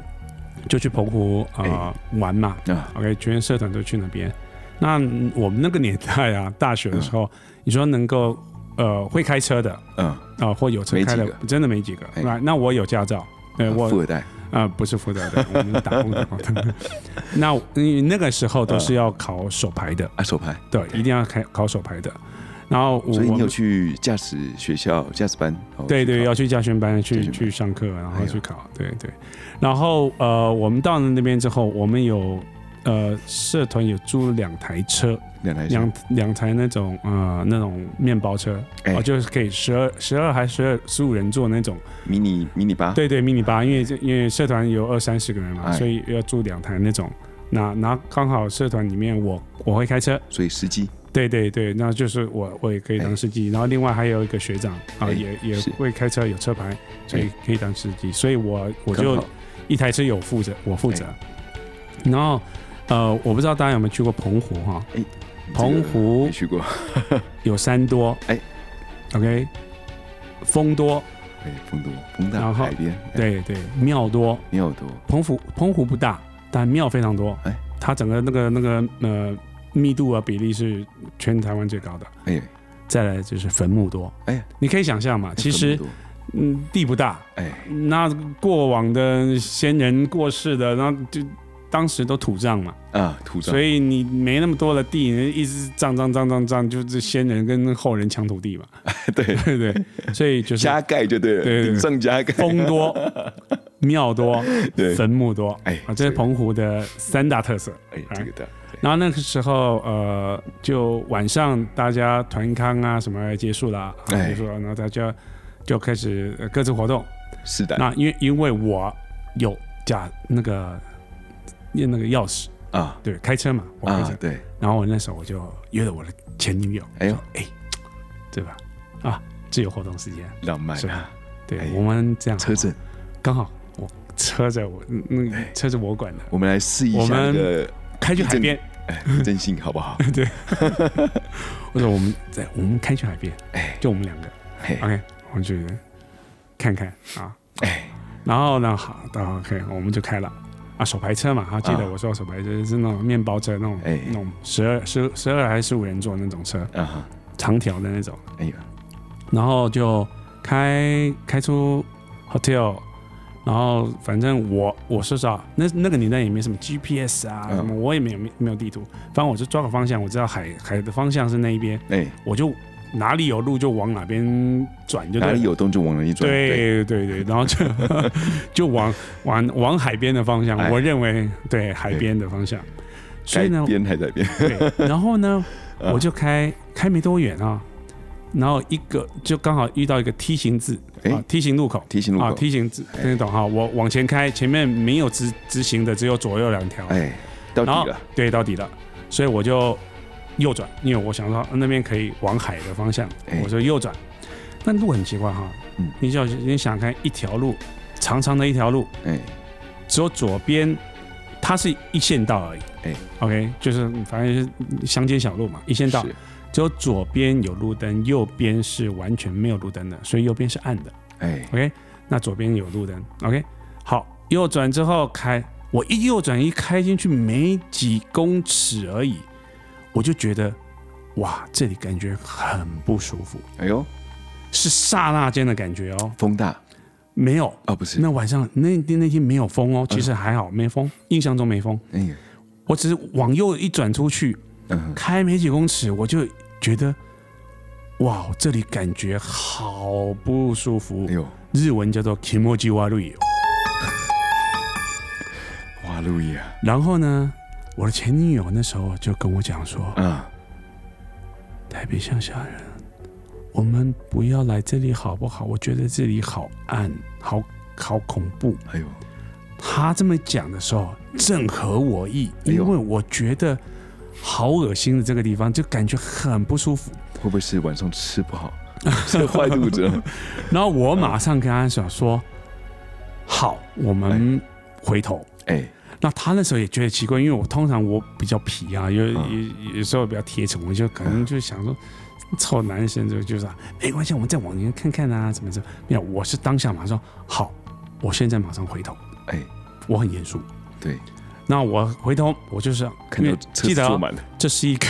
Speaker 2: 就去澎湖啊玩嘛
Speaker 1: 哎啊，
Speaker 2: ，OK，全社团都去那边。那我们那个年代啊，大学的时候，你说能够呃会开车的，
Speaker 1: 嗯，
Speaker 2: 啊、或有车
Speaker 1: 没
Speaker 2: 开
Speaker 1: 几
Speaker 2: 的
Speaker 1: 个
Speaker 2: 真的没几个。
Speaker 1: 哎
Speaker 2: 那、那我有驾照，对我
Speaker 1: 富二代，
Speaker 2: 啊，不是负责 的，我们打工打工的。那嗯那个时候都是要考手牌的，
Speaker 1: 啊，手牌。
Speaker 2: 对，一定要考考手牌的。然后我
Speaker 1: 所以你有
Speaker 2: 们
Speaker 1: 去驾驶学校、驾驶班？哦
Speaker 2: 对对，要
Speaker 1: 去
Speaker 2: 去驾训班
Speaker 1: 驾
Speaker 2: 去
Speaker 1: 训班
Speaker 2: 去上课，然
Speaker 1: 哎
Speaker 2: 后
Speaker 1: 呦
Speaker 2: 去考。对对，然后呃，我们到了那边之后，我们有呃社团有租了两台车，
Speaker 1: 考两台
Speaker 2: 两
Speaker 1: 车，
Speaker 2: 两台那种呃那种面包车，
Speaker 1: 哎
Speaker 2: 哦，就是可以十二十二还十二十五人坐那种。
Speaker 1: 迷你迷你吧，
Speaker 2: 对对，迷你吧，因为这因为社团有二三十个人嘛，
Speaker 1: 哎
Speaker 2: 所以要住两台那种。那那刚好社团里面我我会开车，
Speaker 1: 所以司机
Speaker 2: 对对对，那就是我我也可以当司机。然后另外还有一个学长啊，
Speaker 1: 哎
Speaker 2: 也也
Speaker 1: 是
Speaker 2: 会开车，有车牌，所以
Speaker 1: 哎
Speaker 2: 可以当司机。所以我我
Speaker 1: 刚
Speaker 2: 就
Speaker 1: 好哎
Speaker 2: 一台车有负责，我负责。然后呃，我不知道大家有没有去过澎湖哈、嗯澎
Speaker 1: 这个
Speaker 2: 湖
Speaker 1: 没去过，
Speaker 2: 有山多，
Speaker 1: 哎
Speaker 2: ，OK，风多，
Speaker 1: 哎，丰都丰大
Speaker 2: 然后
Speaker 1: 海边，哎，
Speaker 2: 对对，庙多，
Speaker 1: 庙多，
Speaker 2: 澎湖澎湖不大，但庙非常多。
Speaker 1: 哎
Speaker 2: 它整个那个那个呃密度啊比例是全台湾最高的。
Speaker 1: 哎
Speaker 2: 再来就是坟墓多，
Speaker 1: 哎呀，
Speaker 2: 你可以想象嘛，其实
Speaker 1: 丰都多
Speaker 2: 嗯地不大，
Speaker 1: 哎
Speaker 2: 那过往的先人过世的，那就当时都土葬嘛，
Speaker 1: 啊，土葬
Speaker 2: 所，以你没那么多的地，你一直葬葬葬葬葬，就是先人跟后人抢土地嘛，
Speaker 1: 对，
Speaker 2: 对不对？所以就是
Speaker 1: 加盖就对了，
Speaker 2: 对对对
Speaker 1: 顶上加盖，
Speaker 2: 风多、庙多、
Speaker 1: 对
Speaker 2: 坟墓多，
Speaker 1: 哎
Speaker 2: 啊，这
Speaker 1: 这
Speaker 2: 是啊
Speaker 1: 个
Speaker 2: 澎湖的三大特色。
Speaker 1: 哎，这个大，
Speaker 2: 然后那个时候，呃，就晚上大家团康啊什么结束了啊，
Speaker 1: 哎
Speaker 2: 结束了，然后大家就开始呃各自活动。
Speaker 1: 是的，
Speaker 2: 那因为因为我有假那个那个钥匙，
Speaker 1: 啊
Speaker 2: 对，开车嘛，我开车。
Speaker 1: 啊，对，
Speaker 2: 然后我那时候我就约了我的前女友，
Speaker 1: 哎呦
Speaker 2: 说哎，对吧？啊，自由活动时间，
Speaker 1: 浪漫
Speaker 2: 是
Speaker 1: 啊
Speaker 2: 吧，对、
Speaker 1: 哎
Speaker 2: 我们这样好
Speaker 1: 车哎
Speaker 2: 吗
Speaker 1: 震，
Speaker 2: 刚好我车着我，嗯嗯，车着我管的，
Speaker 1: 我们来试一
Speaker 2: 我
Speaker 1: 下
Speaker 2: 们
Speaker 1: 这个
Speaker 2: 开去海边。
Speaker 1: 哎真心好不 好？
Speaker 2: 我说我们在我们开去海边，
Speaker 1: 哎
Speaker 2: 就我们两个
Speaker 1: 嘿
Speaker 2: ，OK，我们去看看啊。
Speaker 1: 哎
Speaker 2: 然后呢，好的，OK，我们就开了啊，手排车嘛，啊，记得
Speaker 1: 啊
Speaker 2: 我说手排车是那种面包车那种，
Speaker 1: 哎
Speaker 2: 那种十二十十二还是十五人座那种车，
Speaker 1: 啊哈，
Speaker 2: 长条的那种。
Speaker 1: 哎呀，
Speaker 2: 然后就开开出 hotel，然后反正我我说实话，那那个年代也没什么 GPS 啊，
Speaker 1: 嗯
Speaker 2: 什么我也没有没没有地图，反正我就抓个方向，我知道海海的方向是那一边，
Speaker 1: 哎，
Speaker 2: 我就哪里有路就往哪边转就对
Speaker 1: 哪
Speaker 2: 了
Speaker 1: 里。有洞就往哪里转，
Speaker 2: 对对对，然后 就就往往往海边的方向
Speaker 1: 哎，
Speaker 2: 我认为对海边的方向，所
Speaker 1: 该
Speaker 2: 以呢，啊
Speaker 1: 边还在边，
Speaker 2: 对，然 后呢，
Speaker 1: 啊
Speaker 2: 我就开开没多远啊，然后一个就刚好遇到一个梯形字
Speaker 1: 哎
Speaker 2: 啊，梯形路口
Speaker 1: 提醒路
Speaker 2: 啊，
Speaker 1: 口，
Speaker 2: 梯形字
Speaker 1: 哎
Speaker 2: 听得懂哈？我往前开，前面没有直直行的，只有左右两条，
Speaker 1: 哎，到
Speaker 2: 然后
Speaker 1: 底了，
Speaker 2: 对，到底了，所以我就右转，因为我想说啊那边可以往海的方向
Speaker 1: 哎，
Speaker 2: 我就右转。但路很奇怪哈
Speaker 1: 嗯，
Speaker 2: 你想你想看一条路，长长的一条路，
Speaker 1: 哎
Speaker 2: 只有左边它是一线道而已。
Speaker 1: 哎
Speaker 2: OK，就是反正就是乡间小路嘛，一线道
Speaker 1: 是，
Speaker 2: 只有左边有路灯，右边是完全没有路灯的，所以右边是暗的。
Speaker 1: 哎
Speaker 2: OK，那左边有路灯。OK，好，右转之后开，我一右转一开进去没几公尺而已，我就觉得哇，这里感觉很不舒服，
Speaker 1: 哎呦，
Speaker 2: 是刹那间的感觉哦，
Speaker 1: 风大
Speaker 2: 没有。
Speaker 1: 啊，不是，
Speaker 2: 那晚上那那天没有风哦，其实还好，没风，印象中没风。
Speaker 1: 哎呀，
Speaker 2: 我只是往右一转出去，
Speaker 1: 嗯，
Speaker 2: 开没几公尺，我就觉得，哇，这里感觉好不舒服
Speaker 1: 哎。呦，
Speaker 2: 日文叫做哦 “kimoji w a r
Speaker 1: 哇，路易啊，
Speaker 2: 然后呢，我的前女友那时候就跟我讲说
Speaker 1: 啊，：“
Speaker 2: 台北乡下人，我们不要来这里好不好？我觉得这里好暗，好好恐怖。
Speaker 1: 哎呦，”
Speaker 2: 她这么讲的时候，正合我意，
Speaker 1: 哎
Speaker 2: 因
Speaker 1: 呦
Speaker 2: 为我觉得好恶心的这个地方，就感觉很不舒服。
Speaker 1: 会不会是晚上吃不 好，吃坏肚子了？
Speaker 2: 然后我马上跟他讲说：“好，我们回头。
Speaker 1: 哎，
Speaker 2: 那他那时候也觉得奇怪，因为我通常我比较皮啊，有
Speaker 1: 嗯
Speaker 2: 有有时候比较贴诚，我就可能就想说，臭男生就就是啊，没关系，我们再往前看看啊，怎么怎么没有，我是当下马上好，我现在马上回头，
Speaker 1: 哎，
Speaker 2: 我很严肃。
Speaker 1: 对，
Speaker 2: 那我回头，我就是
Speaker 1: 看到
Speaker 2: 因为
Speaker 1: 车
Speaker 2: 记
Speaker 1: 子
Speaker 2: 得
Speaker 1: 坐
Speaker 2: 哦、
Speaker 1: 满了，
Speaker 2: 这是一个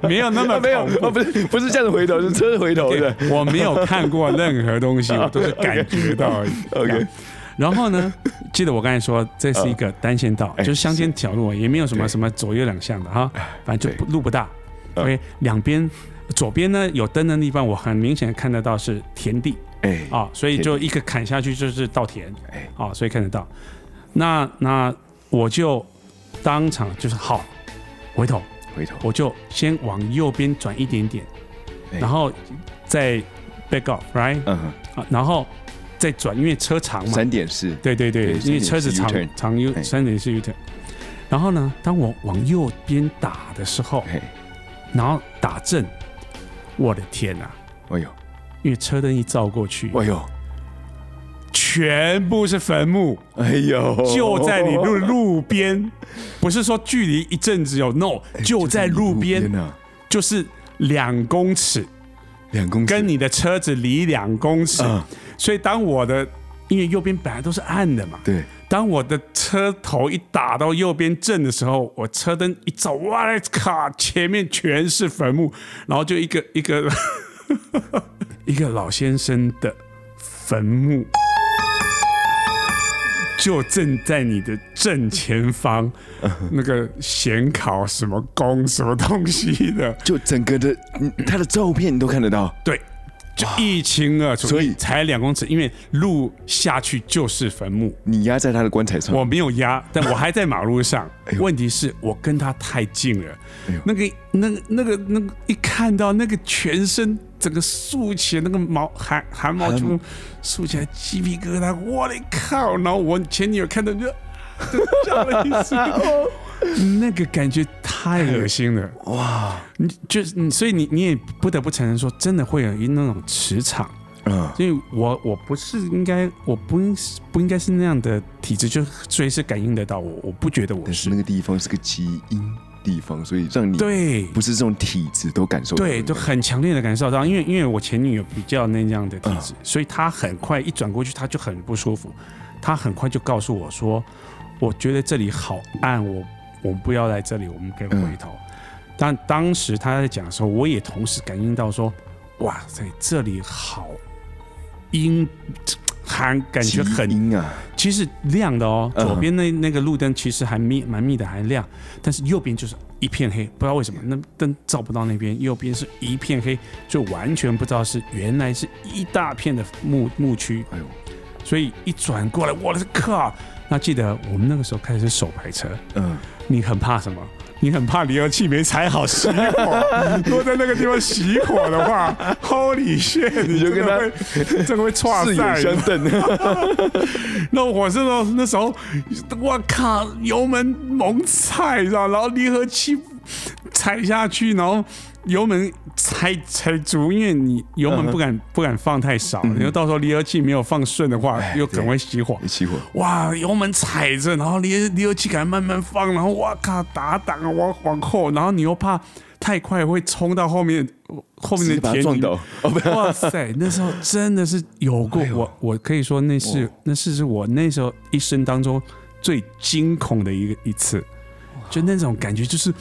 Speaker 2: 没有那么
Speaker 1: 啊， 没有，
Speaker 2: 恐怖
Speaker 1: 哦，不是，不是这样子回 头，是车子回头的。
Speaker 2: 我没有看过任何东西，我都是感觉到而已。
Speaker 1: OK，
Speaker 2: 然后呢，记得我刚才说这是一个单线道，
Speaker 1: 哎
Speaker 2: 就是乡间
Speaker 1: 是哎
Speaker 2: 小路，也没有什么
Speaker 1: 对
Speaker 2: 什么左右两向的哈，反正就不路不大。
Speaker 1: 嗯
Speaker 2: OK，两边左边呢有灯的地方，我很明显看得到是田地
Speaker 1: 哎
Speaker 2: 啊，所以就一个砍下去就是稻田
Speaker 1: 哎
Speaker 2: 啊，所以看得到。那那我就当场就是好回头，
Speaker 1: 回头
Speaker 2: 我就先往右边转一点点，
Speaker 1: 哎
Speaker 2: 然后再 back off right
Speaker 1: 嗯哼，
Speaker 2: 啊，然后再转，因为车长嘛，
Speaker 1: 三点是
Speaker 2: 对对对
Speaker 1: 对，
Speaker 2: 因为车子
Speaker 1: 三
Speaker 2: 长
Speaker 1: 点是 U-turn
Speaker 2: 长 U
Speaker 1: 哎
Speaker 2: 三点是 U turn。然后呢，当我往右边打的时候，
Speaker 1: 哎，
Speaker 2: 然后打正，我的天呐、
Speaker 1: 哎呦
Speaker 2: 因为车灯一照过去，
Speaker 1: 哎呦
Speaker 2: 全部是坟墓，
Speaker 1: 哎呦，
Speaker 2: 就在你路路边，不是说距离一阵子有 no，就哎
Speaker 1: 哎
Speaker 2: 在路边，啊
Speaker 1: 呢，
Speaker 2: 就是两公尺，
Speaker 1: 啊两公
Speaker 2: 跟你的车子离两公尺。
Speaker 1: 啊，
Speaker 2: 所以当我的因为右边本来都是暗的嘛，
Speaker 1: 对，
Speaker 2: 当我的车头一打到右边正的时候，我车灯一照，哇嘞卡，前面全是坟墓，然后就一个一个 一个老先生的坟墓，就正在你的正 前方，那个显考什么宫什么东西的，
Speaker 1: 就整个的嗯他的照片你都看得到，
Speaker 2: 对。就啊一清二楚，
Speaker 1: 所以
Speaker 2: 才两公尺，因为路下去就是坟墓。
Speaker 1: 你压在他的棺材上，
Speaker 2: 我没有压，但我还在马路上。
Speaker 1: 哎呦
Speaker 2: 问题是我跟他太近了，
Speaker 1: 哎呦
Speaker 2: 那个、那个、那个、那个，一看到那个全身整个竖起来，那个毛汗汗毛全部竖起来，鸡皮疙瘩，我的靠！然后我前女友看到就就叫了 一
Speaker 1: 哦
Speaker 2: 声，那个感觉太恶心了。
Speaker 1: 哇，
Speaker 2: 你就是你，所以你你也不得不承认说，真的会有一那种磁场。
Speaker 1: 嗯，
Speaker 2: 所以我我不是应该，我不应不应该是那样的体质，就随时感应得到我，我不觉得我
Speaker 1: 但
Speaker 2: 是
Speaker 1: 是那个地方是个基因地方，所以让你
Speaker 2: 对
Speaker 1: 不是这种体质都感受到
Speaker 2: 对，就很强烈的感受到，因为因为我前女友比较那样的体质，所以她很快一转过去，她就很不舒服，她很快就告诉我说，我觉得这里好暗，我我们不要来这里，我们可以回头。但当时她在讲的时候，我也同时感应到说，哇塞，这里好阴。寒感觉很
Speaker 1: 基因啊，
Speaker 2: 其实亮的哦，
Speaker 1: 嗯
Speaker 2: 左边那那个路灯其实还密蛮密的，还亮，但是右边就是一片黑，不知道为什么那灯照不到那边，右边是一片黑，就完全不知道是原来是一大片的墓墓区，
Speaker 1: 哎呦，
Speaker 2: 所以一转过来，我的靠！那记得我们那个时候开的是手排车，
Speaker 1: 嗯，
Speaker 2: 你很怕什么？你很怕离合器没踩好熄 火，如果在那个地方熄火的话 ，Holy shit！你
Speaker 1: 就
Speaker 2: 就
Speaker 1: 跟
Speaker 2: 跟
Speaker 1: 他
Speaker 2: 他 真的会岔
Speaker 1: 四
Speaker 2: 赛
Speaker 1: 眼，相瞪，
Speaker 2: 那我是说那时候，我靠，油门猛踩，你知道，然后离合器踩下去，然后油门踩踩足，因为你油门不敢、不敢放太少，因为到时候离合器没有放顺的话，又可能会熄火。
Speaker 1: 哎起火，
Speaker 2: 哇，油门踩着，然后离离合器杆慢慢放，然后哇靠打档啊，往往后，然后你又怕太快会冲到后面后面
Speaker 1: 直接
Speaker 2: 的
Speaker 1: 把
Speaker 2: 田
Speaker 1: 他撞
Speaker 2: 里
Speaker 1: 倒，哦不，哎
Speaker 2: 哇塞，那时候真的是有过、我，我可以说那是那是是我那时候一生当中最惊恐的一个一次，就那种感觉，就是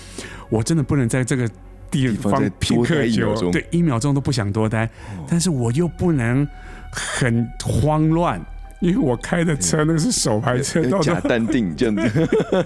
Speaker 2: 我真的不能在这个地
Speaker 1: 地方
Speaker 2: 方
Speaker 1: 再
Speaker 2: 片
Speaker 1: 多待
Speaker 2: 刻
Speaker 1: 一秒
Speaker 2: 久，
Speaker 1: 钟
Speaker 2: 对，一秒钟都不想多待，
Speaker 1: 哦
Speaker 2: 但是我又不能很慌乱。因为我开的车那是手排车，哎到
Speaker 1: 要
Speaker 2: 时候
Speaker 1: 哎假淡定 这样子，哦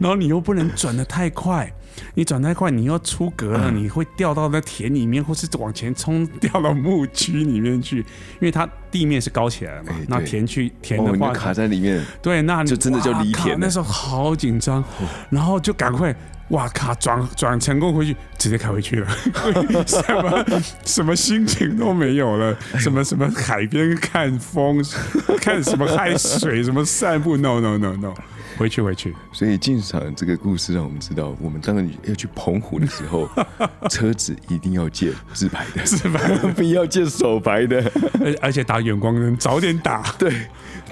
Speaker 2: 然后你又不能转得太快，你转太快，你又出格了，
Speaker 1: 嗯
Speaker 2: 你会掉到那田里面，或是往前冲掉到牧区里面去，因为它地面是高起来了嘛
Speaker 1: 哎。
Speaker 2: 那
Speaker 1: 对
Speaker 2: 田区田
Speaker 1: 哦，
Speaker 2: 的
Speaker 1: 你
Speaker 2: 话，
Speaker 1: 就卡在里面，
Speaker 2: 对，那你
Speaker 1: 就真的就
Speaker 2: 哇
Speaker 1: 犁
Speaker 2: 靠
Speaker 1: 田了哦
Speaker 2: 那时候好紧张，然后就赶快。哇靠！转转成功回去，直接开回去了， 什么什么心情都没有了，
Speaker 1: 哎
Speaker 2: 什么什么海边看风，看什么海水，什么散步，no no no no，回去回去。
Speaker 1: 所以进赏这个故事让我们知道，我们当然要去澎湖的时 候，车子一定要借自排的，
Speaker 2: 自拍
Speaker 1: 不要借手排的，
Speaker 2: 而而且打远光灯，早点打。
Speaker 1: 对，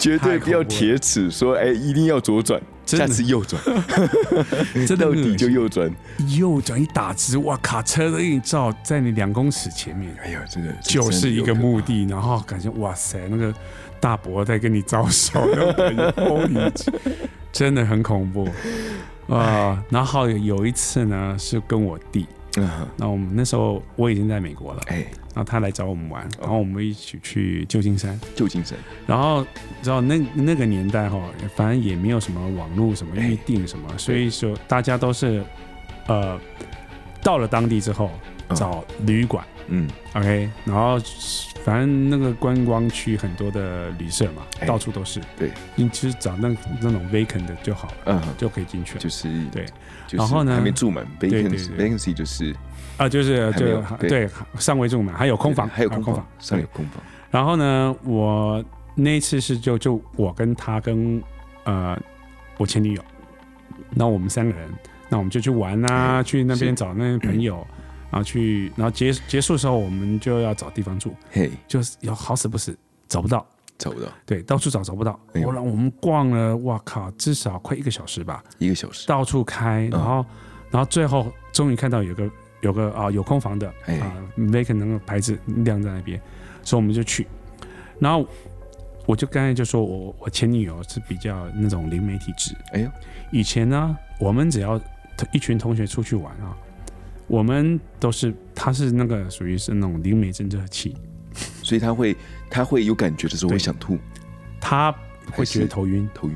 Speaker 1: 绝对不要铁齿说，哎，一定要左转，
Speaker 2: 真
Speaker 1: 下
Speaker 2: 的
Speaker 1: 次右转，
Speaker 2: 真的
Speaker 1: 到
Speaker 2: 很
Speaker 1: 底
Speaker 2: 恶
Speaker 1: 就
Speaker 2: 心
Speaker 1: 右转。
Speaker 2: 右转一打直，哇卡车的映照在你两公尺前面，
Speaker 1: 哎呀，这个
Speaker 2: 就是一个墓地，然后感觉哇塞，那个大伯在跟你招手，那种感觉 Holy- 真的很恐怖啊、然后有一次呢，是跟我弟，
Speaker 1: 嗯
Speaker 2: 那我们那时候我已经在美国了，
Speaker 1: 哎，
Speaker 2: 然后他来找我们玩，然后我们一起去旧金山。
Speaker 1: 旧金山，
Speaker 2: 然后你知道那那个年代哈、反正也没有什么网络、什么预定什么，所以说大家都是呃到了当地之后
Speaker 1: 嗯
Speaker 2: 找旅馆、
Speaker 1: 嗯
Speaker 2: o k 然后反正那个观光区很多的旅社嘛，
Speaker 1: 哎
Speaker 2: 到处都是，
Speaker 1: 对，
Speaker 2: 你其实找那那种 vacant 的就好了，
Speaker 1: 嗯，
Speaker 2: 就可以进去了。
Speaker 1: 就是
Speaker 2: 对，
Speaker 1: 就是
Speaker 2: 然后呢
Speaker 1: 还没住满
Speaker 2: 对对
Speaker 1: ，vacancy
Speaker 2: 对
Speaker 1: vacancy 就是
Speaker 2: 啊，就是
Speaker 1: 还没有
Speaker 2: 就
Speaker 1: 对
Speaker 2: 对上位住嘛，还有空房，
Speaker 1: 还有
Speaker 2: 啊
Speaker 1: 空
Speaker 2: 空
Speaker 1: 房，上面有空房，
Speaker 2: 然后呢，我那一次是就就我跟他跟呃我前女友，那我们三个人，那我们就去玩啊，
Speaker 1: 嗯
Speaker 2: 去那边
Speaker 1: 是嗯
Speaker 2: 找那些朋友，然后去，然后结结束的时候，我们就要找地方住，
Speaker 1: 嘿，
Speaker 2: 就是有好死不死找不到，
Speaker 1: 找不到
Speaker 2: 对，到处找找不到，
Speaker 1: 哎呦
Speaker 2: 我让我们逛了，哇靠，至少快一个小时吧，
Speaker 1: 一个小时，
Speaker 2: 到处
Speaker 1: 嗯
Speaker 2: 开，然后、然后最后终于看到有个有个啊、有空房的
Speaker 1: 哎
Speaker 2: 啊 vacant 那个牌子亮在那边，所以我们就去，然后我就刚才就说我我前女友是比较那种灵媒体质，
Speaker 1: 哎呦，
Speaker 2: 以前呢我们只要一群同学出去玩啊，我们都是她是那个属于是那种灵媒侦测器，
Speaker 1: 所以他会他会有感觉的时候
Speaker 2: 对
Speaker 1: 会想吐
Speaker 2: 她会觉
Speaker 1: 还是
Speaker 2: 得头晕，
Speaker 1: 头晕，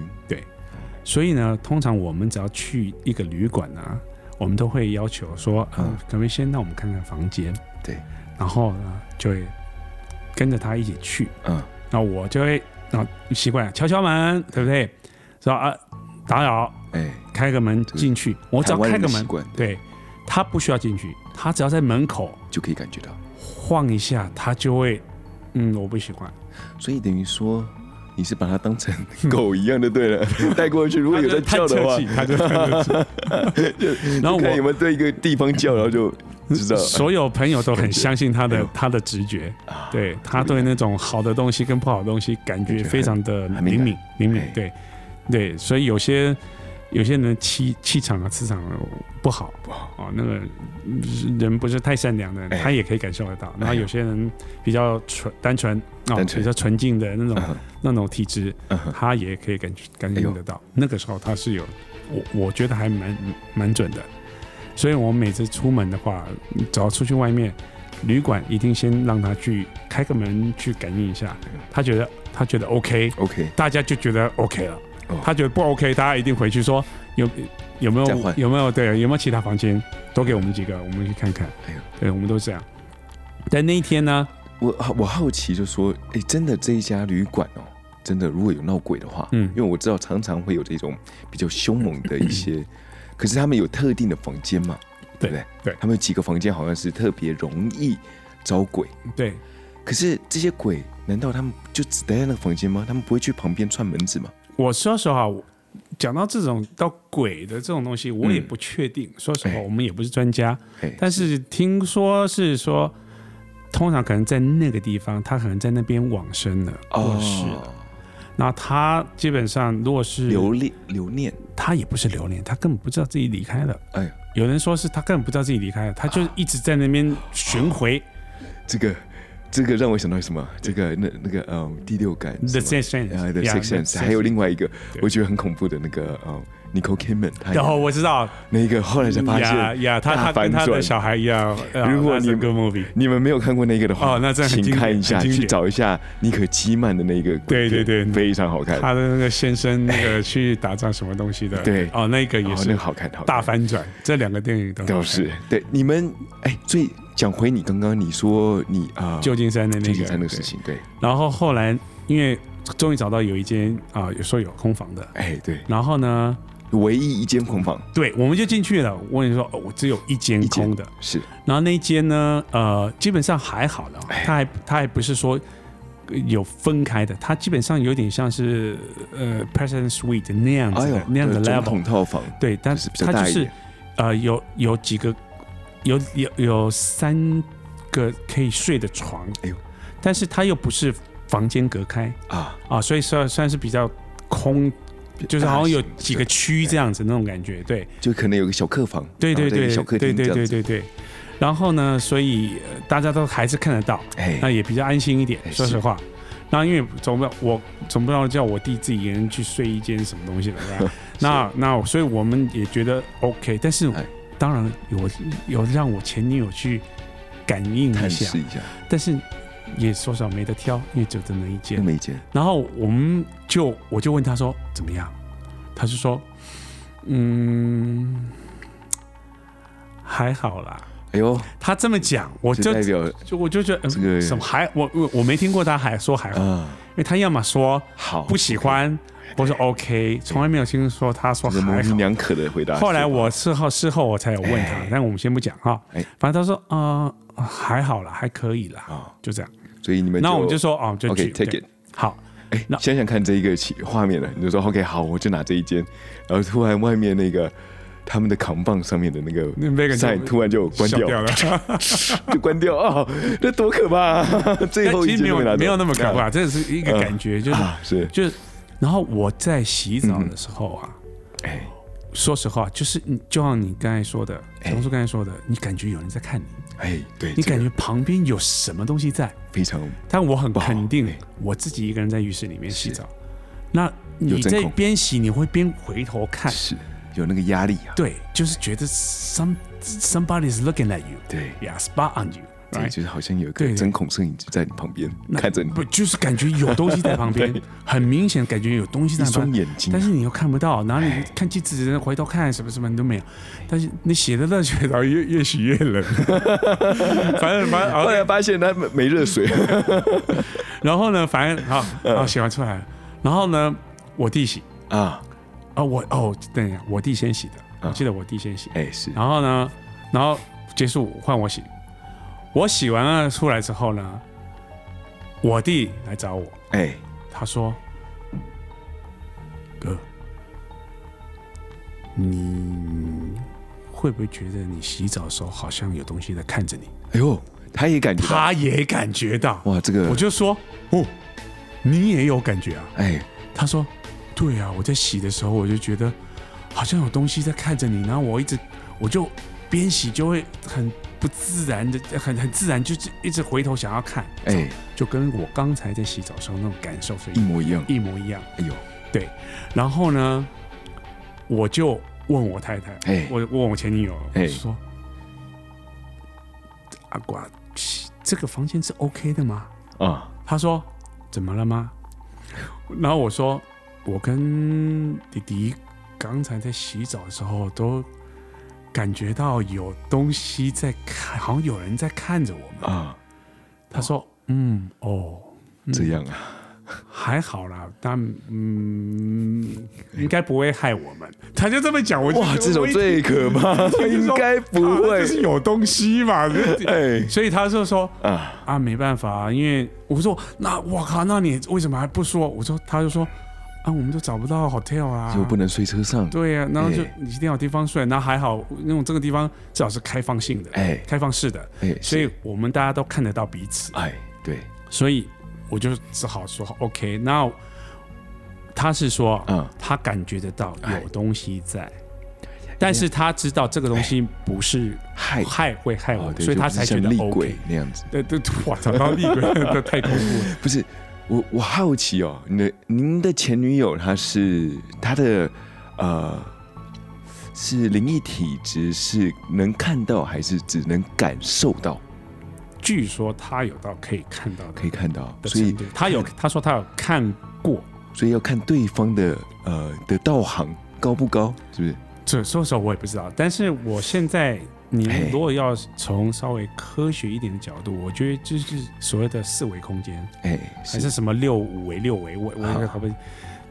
Speaker 2: 所以呢，通常我们只要去一个旅馆啊，我们都会要求说，呃
Speaker 1: 嗯，
Speaker 2: 可不可以先让我们看看房间？
Speaker 1: 对，
Speaker 2: 然后呢，就会跟着他一起去。
Speaker 1: 嗯，
Speaker 2: 那我就会啊习惯了敲敲门，对不对？说啊打扰，
Speaker 1: 哎，
Speaker 2: 开个门
Speaker 1: 这个
Speaker 2: 进去，我只要
Speaker 1: 台湾
Speaker 2: 开
Speaker 1: 人
Speaker 2: 个
Speaker 1: 的
Speaker 2: 门
Speaker 1: 习，惯
Speaker 2: 对他不需要进去，他只要在门口
Speaker 1: 就可以感觉到，
Speaker 2: 晃一下，他就会，嗯，我不习惯。
Speaker 1: 所以等于说。你是把它当成狗一样就对 了，带过去。如果有在叫的话，
Speaker 2: 他就他就他 就然后
Speaker 1: 看有没
Speaker 2: 我
Speaker 1: 有对一个地方叫，然后就知 道。
Speaker 2: 所有朋友都很相信他
Speaker 1: 哎
Speaker 2: 的
Speaker 1: 呦
Speaker 2: 他的直觉，
Speaker 1: 啊
Speaker 2: 对他对那种好的东西跟不好的东西感
Speaker 1: 感
Speaker 2: 觉
Speaker 1: 觉很
Speaker 2: 非常的
Speaker 1: 很敏
Speaker 2: 灵
Speaker 1: 感
Speaker 2: 敏灵敏
Speaker 1: 哎，
Speaker 2: 对对，所以有些有些人气气场啊磁场啊不好
Speaker 1: 不好
Speaker 2: 哦，那个嗯人不是太善良的人，
Speaker 1: 哎
Speaker 2: 他也可以感受得到。然后
Speaker 1: 哎呦
Speaker 2: 有些人比较纯单纯
Speaker 1: 单
Speaker 2: 啊，比
Speaker 1: 纯
Speaker 2: 较纯净的那种
Speaker 1: 嗯
Speaker 2: 那种体质，
Speaker 1: 嗯哼
Speaker 2: 他也可以感觉感
Speaker 1: 哎
Speaker 2: 觉
Speaker 1: 呦
Speaker 2: 得到。那个时候他是有，我我觉得还蛮蛮准的。所以我每次出门的话，只要出去外面，旅馆一定先让他去开个门去感应一下
Speaker 1: 嗯。
Speaker 2: 他觉得他觉得 OK，
Speaker 1: OK，
Speaker 2: 大家就觉得 OK 了
Speaker 1: 哦。
Speaker 2: 他觉得不 OK，大家一定回去说有有没
Speaker 1: 再
Speaker 2: 有
Speaker 1: 换
Speaker 2: 有没有对有没有其他房间，都给我们几个，我们去看看
Speaker 1: 哎呦。
Speaker 2: 对，我们都这样。但那一天呢，
Speaker 1: 我我好奇就说，哎、真的这一家旅馆哦，真的如果有闹鬼的话，
Speaker 2: 嗯
Speaker 1: 因为我知道常常会有这种比较凶猛的一 些，可是他们有特定的房间嘛，对
Speaker 2: 对
Speaker 1: 不对？
Speaker 2: 对
Speaker 1: 他们有几个房间好像是特别容易招鬼，
Speaker 2: 对，
Speaker 1: 可是这些鬼难道他们就只待在那个房间吗？他们不会去旁边串门子吗？
Speaker 2: 我说实话，我讲到这种到鬼的这种东西，我也
Speaker 1: 嗯
Speaker 2: 不确定。说实话，
Speaker 1: 哎
Speaker 2: 我们也不是专家，
Speaker 1: 哎，
Speaker 2: 但是听说是说，通常可能在那个地方，他可能在那边往生了，
Speaker 1: 哦
Speaker 2: 过世了。那他基本上如果是
Speaker 1: 留恋留念，
Speaker 2: 他也不是留恋，他根本不知道自己离开了。
Speaker 1: 哎呀，啊
Speaker 2: 有人说是他根本不知道自己离开了，他就是一直在那边巡回
Speaker 1: 这个这个让我想到什么？这个那那个嗯，第六感什
Speaker 2: ，the
Speaker 1: 么
Speaker 2: sixth sense，
Speaker 1: 啊 The
Speaker 2: yeah，
Speaker 1: Sixth Sense，还有另外一个
Speaker 2: 对
Speaker 1: 我觉得很恐怖的那个呃，Nicole Kidman，他
Speaker 2: 然后哦我知道，
Speaker 1: 那个后来才发
Speaker 2: 呀
Speaker 1: 现，
Speaker 2: 呀，他他跟
Speaker 1: 大
Speaker 2: 他
Speaker 1: 反转
Speaker 2: 的小孩一样。呃
Speaker 1: 如果
Speaker 2: that's
Speaker 1: 你
Speaker 2: a good movie，
Speaker 1: 你们没有看过那个的话，
Speaker 2: 哦那真的
Speaker 1: 请
Speaker 2: 很经典
Speaker 1: 看一下，
Speaker 2: 很经典
Speaker 1: 去找一下妮可基曼的那个鬼片，
Speaker 2: 对对对
Speaker 1: 非常好看，
Speaker 2: 他的那个先生那个去打仗什么东西的，
Speaker 1: 对
Speaker 2: 哦，那个也
Speaker 1: 哦，
Speaker 2: 是
Speaker 1: 那个好看，好看
Speaker 2: 大反转，这两个电影都好看
Speaker 1: 倒是对你们哎，所以讲回你刚刚你说你啊，
Speaker 2: 旧金山的那
Speaker 1: 金
Speaker 2: 个
Speaker 1: 山那个事。情，对，
Speaker 2: 对然后后来因为终于找到有一间啊、有说有空房的，
Speaker 1: 哎对，
Speaker 2: 然后呢，
Speaker 1: 唯一一间空房
Speaker 2: 对我们就进去了。我跟你说，哦我只有一间
Speaker 1: 一间
Speaker 2: 空的，
Speaker 1: 是
Speaker 2: 然后那一间呢，呃，基本上还好了，
Speaker 1: 哎
Speaker 2: 它还它还不是说。呃有分开的，它基本上有点像是呃 President Suite 那样子的、嗯那样的
Speaker 1: 哎呃总
Speaker 2: level，
Speaker 1: 统套房，
Speaker 2: 对，但
Speaker 1: 就是比较
Speaker 2: 它就
Speaker 1: 大一
Speaker 2: 是
Speaker 1: 点，
Speaker 2: 呃，有有几个，有有有三个可以睡的床，
Speaker 1: 哎呦，
Speaker 2: 但是它又不是房间隔开
Speaker 1: 啊，
Speaker 2: 啊，所以算算是比较空，就是好像有
Speaker 1: 大型
Speaker 2: 几个区这样子那种感觉，对，
Speaker 1: 就可能有个小客房，
Speaker 2: 对对
Speaker 1: 然后在一
Speaker 2: 对
Speaker 1: 个，啊小客
Speaker 2: 对
Speaker 1: 厅这
Speaker 2: 对
Speaker 1: 样
Speaker 2: 对
Speaker 1: 子，
Speaker 2: 对对。然后呢，所以呃大家都还是看得到，那
Speaker 1: 哎，
Speaker 2: 也比较安心一点
Speaker 1: 哎。
Speaker 2: 说实
Speaker 1: 是
Speaker 2: 话，那因为总不要我总不能叫我弟自己一个 人去睡一间什么东西的，对吧那那所以我们也觉得 OK，但是
Speaker 1: 哎
Speaker 2: 当然有有让我前女友去感应一
Speaker 1: 探
Speaker 2: 下
Speaker 1: 视，一下，
Speaker 2: 但是也说实话没得挑，因为就这么一件
Speaker 1: 那。么一件，
Speaker 2: 然后我们就我就问他说怎么样，他就说嗯还好啦。
Speaker 1: 哎呦，
Speaker 2: 他这么讲，我
Speaker 1: 这
Speaker 2: 就
Speaker 1: 代表
Speaker 2: 就我就觉得、嗯
Speaker 1: 这个
Speaker 2: 什么还我我我没听过他还说还好，
Speaker 1: 啊，
Speaker 2: 因为他要么说
Speaker 1: 好，
Speaker 2: 不喜欢，我说 OK，从来没有听说他说
Speaker 1: 这个
Speaker 2: 还
Speaker 1: 模
Speaker 2: 好
Speaker 1: 棱。两可的回答。
Speaker 2: 后来我事后事后我才有问他
Speaker 1: 哎，
Speaker 2: 但我们先不讲哈
Speaker 1: 哎。
Speaker 2: 反正他说呃还好啦，还可以啦，
Speaker 1: 啊，
Speaker 2: 就这样。
Speaker 1: 所以你们
Speaker 2: 那我们就说哦，就去
Speaker 1: OK，take
Speaker 2: 对
Speaker 1: it。
Speaker 2: 好，
Speaker 1: 哎
Speaker 2: 那，
Speaker 1: 想想看这一个起画面了，你就说 OK 好，我就拿这一间，然后突然外面那个他们的扛棒上面的那个
Speaker 2: 那 Megan 就
Speaker 1: sign 突然就关
Speaker 2: 笑
Speaker 1: 掉，
Speaker 2: 掉了。
Speaker 1: 就关掉啊、哦，这多可怕、啊！ 最后
Speaker 2: 但
Speaker 1: 一
Speaker 2: 其
Speaker 1: 间
Speaker 2: 实没
Speaker 1: 都拿走
Speaker 2: 有
Speaker 1: 嗯
Speaker 2: 没有那么可怕，这是一个感觉，就是
Speaker 1: 啊，是
Speaker 2: 就是。然后我在洗澡的时候啊，
Speaker 1: 哎
Speaker 2: 说实话，就是你就像你刚才说的，
Speaker 1: 哎
Speaker 2: 江叔刚才说的，你感觉有人在看你，
Speaker 1: 哎，对，
Speaker 2: 你
Speaker 1: 这个
Speaker 2: 感觉旁边有什么东西在。
Speaker 1: 非常
Speaker 2: 但我很
Speaker 1: 不好
Speaker 2: 肯定
Speaker 1: 哎，
Speaker 2: 我自己一个人在浴室里面洗
Speaker 1: 是
Speaker 2: 澡，那你
Speaker 1: 有针
Speaker 2: 在
Speaker 1: 孔
Speaker 2: 边洗，你会边回头看，
Speaker 1: 是有那个压力啊，
Speaker 2: 对，就是觉得 some somebody is looking at you，
Speaker 1: 对
Speaker 2: ，yeah spot on you，
Speaker 1: 对，就是好像有一
Speaker 2: 对
Speaker 1: 个
Speaker 2: 对
Speaker 1: 针孔摄影机在你旁边
Speaker 2: 那
Speaker 1: 看着你，
Speaker 2: 不就是感觉有东西在旁 边
Speaker 1: 对，
Speaker 2: 很明显感觉有东西
Speaker 1: 一
Speaker 2: 在旁
Speaker 1: 双
Speaker 2: 边，
Speaker 1: 眼睛啊
Speaker 2: 但是你又看不到，然后你看镜子，回头看什么什么你都没有，但是你洗的热水澡越越洗越冷，反正反正
Speaker 1: 后
Speaker 2: 哦，
Speaker 1: 来发现他没没热 水，
Speaker 2: 然后呢，反正好，然后洗完出来了，然后呢，我弟洗，
Speaker 1: 啊，
Speaker 2: 啊我哦等一下，我弟先洗的，我记得我弟先洗，
Speaker 1: 哎是，
Speaker 2: 然后呢，然后结束换我洗，我洗完了出来之后呢，我弟来找我，
Speaker 1: 哎
Speaker 2: 他说：“哥，你会不会觉得你洗澡的时候好像有东西在看着你
Speaker 1: 哎呦，他也感？”觉到，
Speaker 2: 他也感觉到，
Speaker 1: 哇，这个
Speaker 2: 我就说：“哦，你也有感觉啊
Speaker 1: 哎，？”
Speaker 2: 他说：“对啊，我在洗的时候我就觉得好像有东西在看着你，然后我一直我就边洗就会很不自然的，很很自然就是一直回头想要看，
Speaker 1: 哎，嗯
Speaker 2: 就跟我刚才在洗澡的时候那种感受是
Speaker 1: 一
Speaker 2: 一
Speaker 1: 模一样，
Speaker 2: 一模一样。”
Speaker 1: 哎呦，
Speaker 2: 对，然后呢，我就问我太太，
Speaker 1: 哎
Speaker 2: 我问我前女友，我
Speaker 1: 哎
Speaker 2: 就说：“阿瓜，嘘这个房间是 OK 的吗
Speaker 1: 啊，？”
Speaker 2: 她说：“怎么了吗？”然后我说：“我跟弟弟刚才在洗澡的时候都感觉到有东西在看，好像有人在看着我们。
Speaker 1: 啊，”
Speaker 2: 她说：“嗯，哦。”
Speaker 1: 这样啊，
Speaker 2: 还好啦，但嗯，应该不会害我们。他就这么讲，我就
Speaker 1: 哇，这
Speaker 2: 我
Speaker 1: 种
Speaker 2: 一
Speaker 1: 最可 怕，
Speaker 2: 听就
Speaker 1: 应
Speaker 2: 说
Speaker 1: 该不
Speaker 2: 啊
Speaker 1: 会
Speaker 2: 就，是有东西嘛。
Speaker 1: 哎
Speaker 2: 所以他就说
Speaker 1: 啊，
Speaker 2: 啊，没办法啊，因为我说那我靠，那你为什么还不说？我说他就说啊，我们都找不到 hotel 啊，
Speaker 1: 又不能睡车上，
Speaker 2: 对呀、然后就
Speaker 1: 哎
Speaker 2: 你一定要有地方睡，那还好，因为我这个地方至少是开放性的，
Speaker 1: 哎
Speaker 2: 开放式的，
Speaker 1: 哎，
Speaker 2: 所
Speaker 1: 以
Speaker 2: 以我们大家都看得到彼此。
Speaker 1: 哎，对，
Speaker 2: 所以我就只好说 OK。那他是说，
Speaker 1: 嗯
Speaker 2: 他感觉得到
Speaker 1: 哎
Speaker 2: 有东西在，但是他知道这个东西不是
Speaker 1: 害
Speaker 2: 害会害我
Speaker 1: 哦，
Speaker 2: 们，
Speaker 1: 对
Speaker 2: 所以
Speaker 1: 就
Speaker 2: 他
Speaker 1: 不是
Speaker 2: 才觉
Speaker 1: 像
Speaker 2: 得
Speaker 1: 厉
Speaker 2: OK
Speaker 1: 鬼。那样子，
Speaker 2: 对对，哇，讲到厉鬼， 这太恐怖了。
Speaker 1: 不是我，我好奇哦，你的您的前女友她是她的呃是灵异体质，是能看到还是只能感受到？
Speaker 2: 据说他有到可以看到的
Speaker 1: 可以看到，
Speaker 2: 的
Speaker 1: 所以
Speaker 2: 程度，他有他说他有看过。
Speaker 1: 所以要看对方的呃的道行高不高，是不是？
Speaker 2: 这说实话我也不知道，但是我现在你
Speaker 1: 哎
Speaker 2: 如果要从稍微科学一点的角度，我觉得就是所谓的四维空间，
Speaker 1: 哎，
Speaker 2: 还是什么六五为六维，我我
Speaker 1: 啊
Speaker 2: 也搞不清，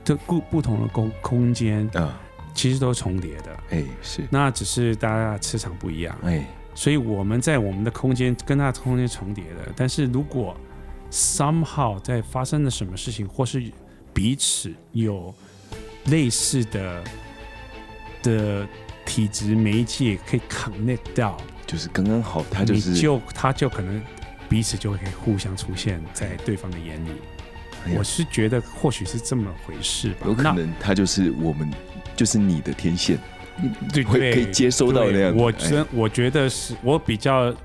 Speaker 2: 这不不同的空空间
Speaker 1: 啊，
Speaker 2: 其实都是重叠的，
Speaker 1: 哎是，
Speaker 2: 那只是大家磁场不一样，
Speaker 1: 哎
Speaker 2: 所以我们在我们的空间跟他的空间重叠的，但是如果 somehow 在发生了什么事情，或是彼此有类似的的体质媒介可以 connect 到，
Speaker 1: 就是刚刚好，他就
Speaker 2: 你
Speaker 1: 是
Speaker 2: 就他就可能彼此就可以互相出现在对方的眼里。
Speaker 1: 哎呀
Speaker 2: 我是觉得或许是这么回事吧。
Speaker 1: 有可
Speaker 2: 那
Speaker 1: 能他就是我们就是你的天线，
Speaker 2: 对
Speaker 1: 会
Speaker 2: 对
Speaker 1: 可以接收到
Speaker 2: 对
Speaker 1: 那样子
Speaker 2: 我
Speaker 1: 哎
Speaker 2: 真我觉得是我比较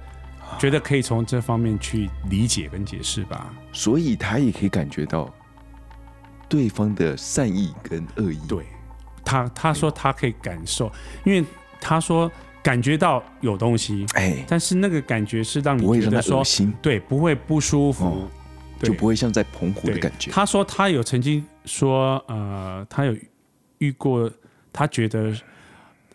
Speaker 2: 觉得可以从这方面去理解跟解释吧。
Speaker 1: 所以他也可以感觉到对方的善意跟恶意。
Speaker 2: 对他他说他可以感受，因为他说感觉到有东西，
Speaker 1: 哎，
Speaker 2: 但是那个感觉是让
Speaker 1: 不会
Speaker 2: 你觉
Speaker 1: 让他
Speaker 2: 得
Speaker 1: 恶
Speaker 2: 说，
Speaker 1: 心，
Speaker 2: 对，不会不舒服，
Speaker 1: 哦
Speaker 2: 对
Speaker 1: 就不会像在澎湖的
Speaker 2: 对
Speaker 1: 感觉。
Speaker 2: 他说他有曾经说，呃，他有遇过，他觉得，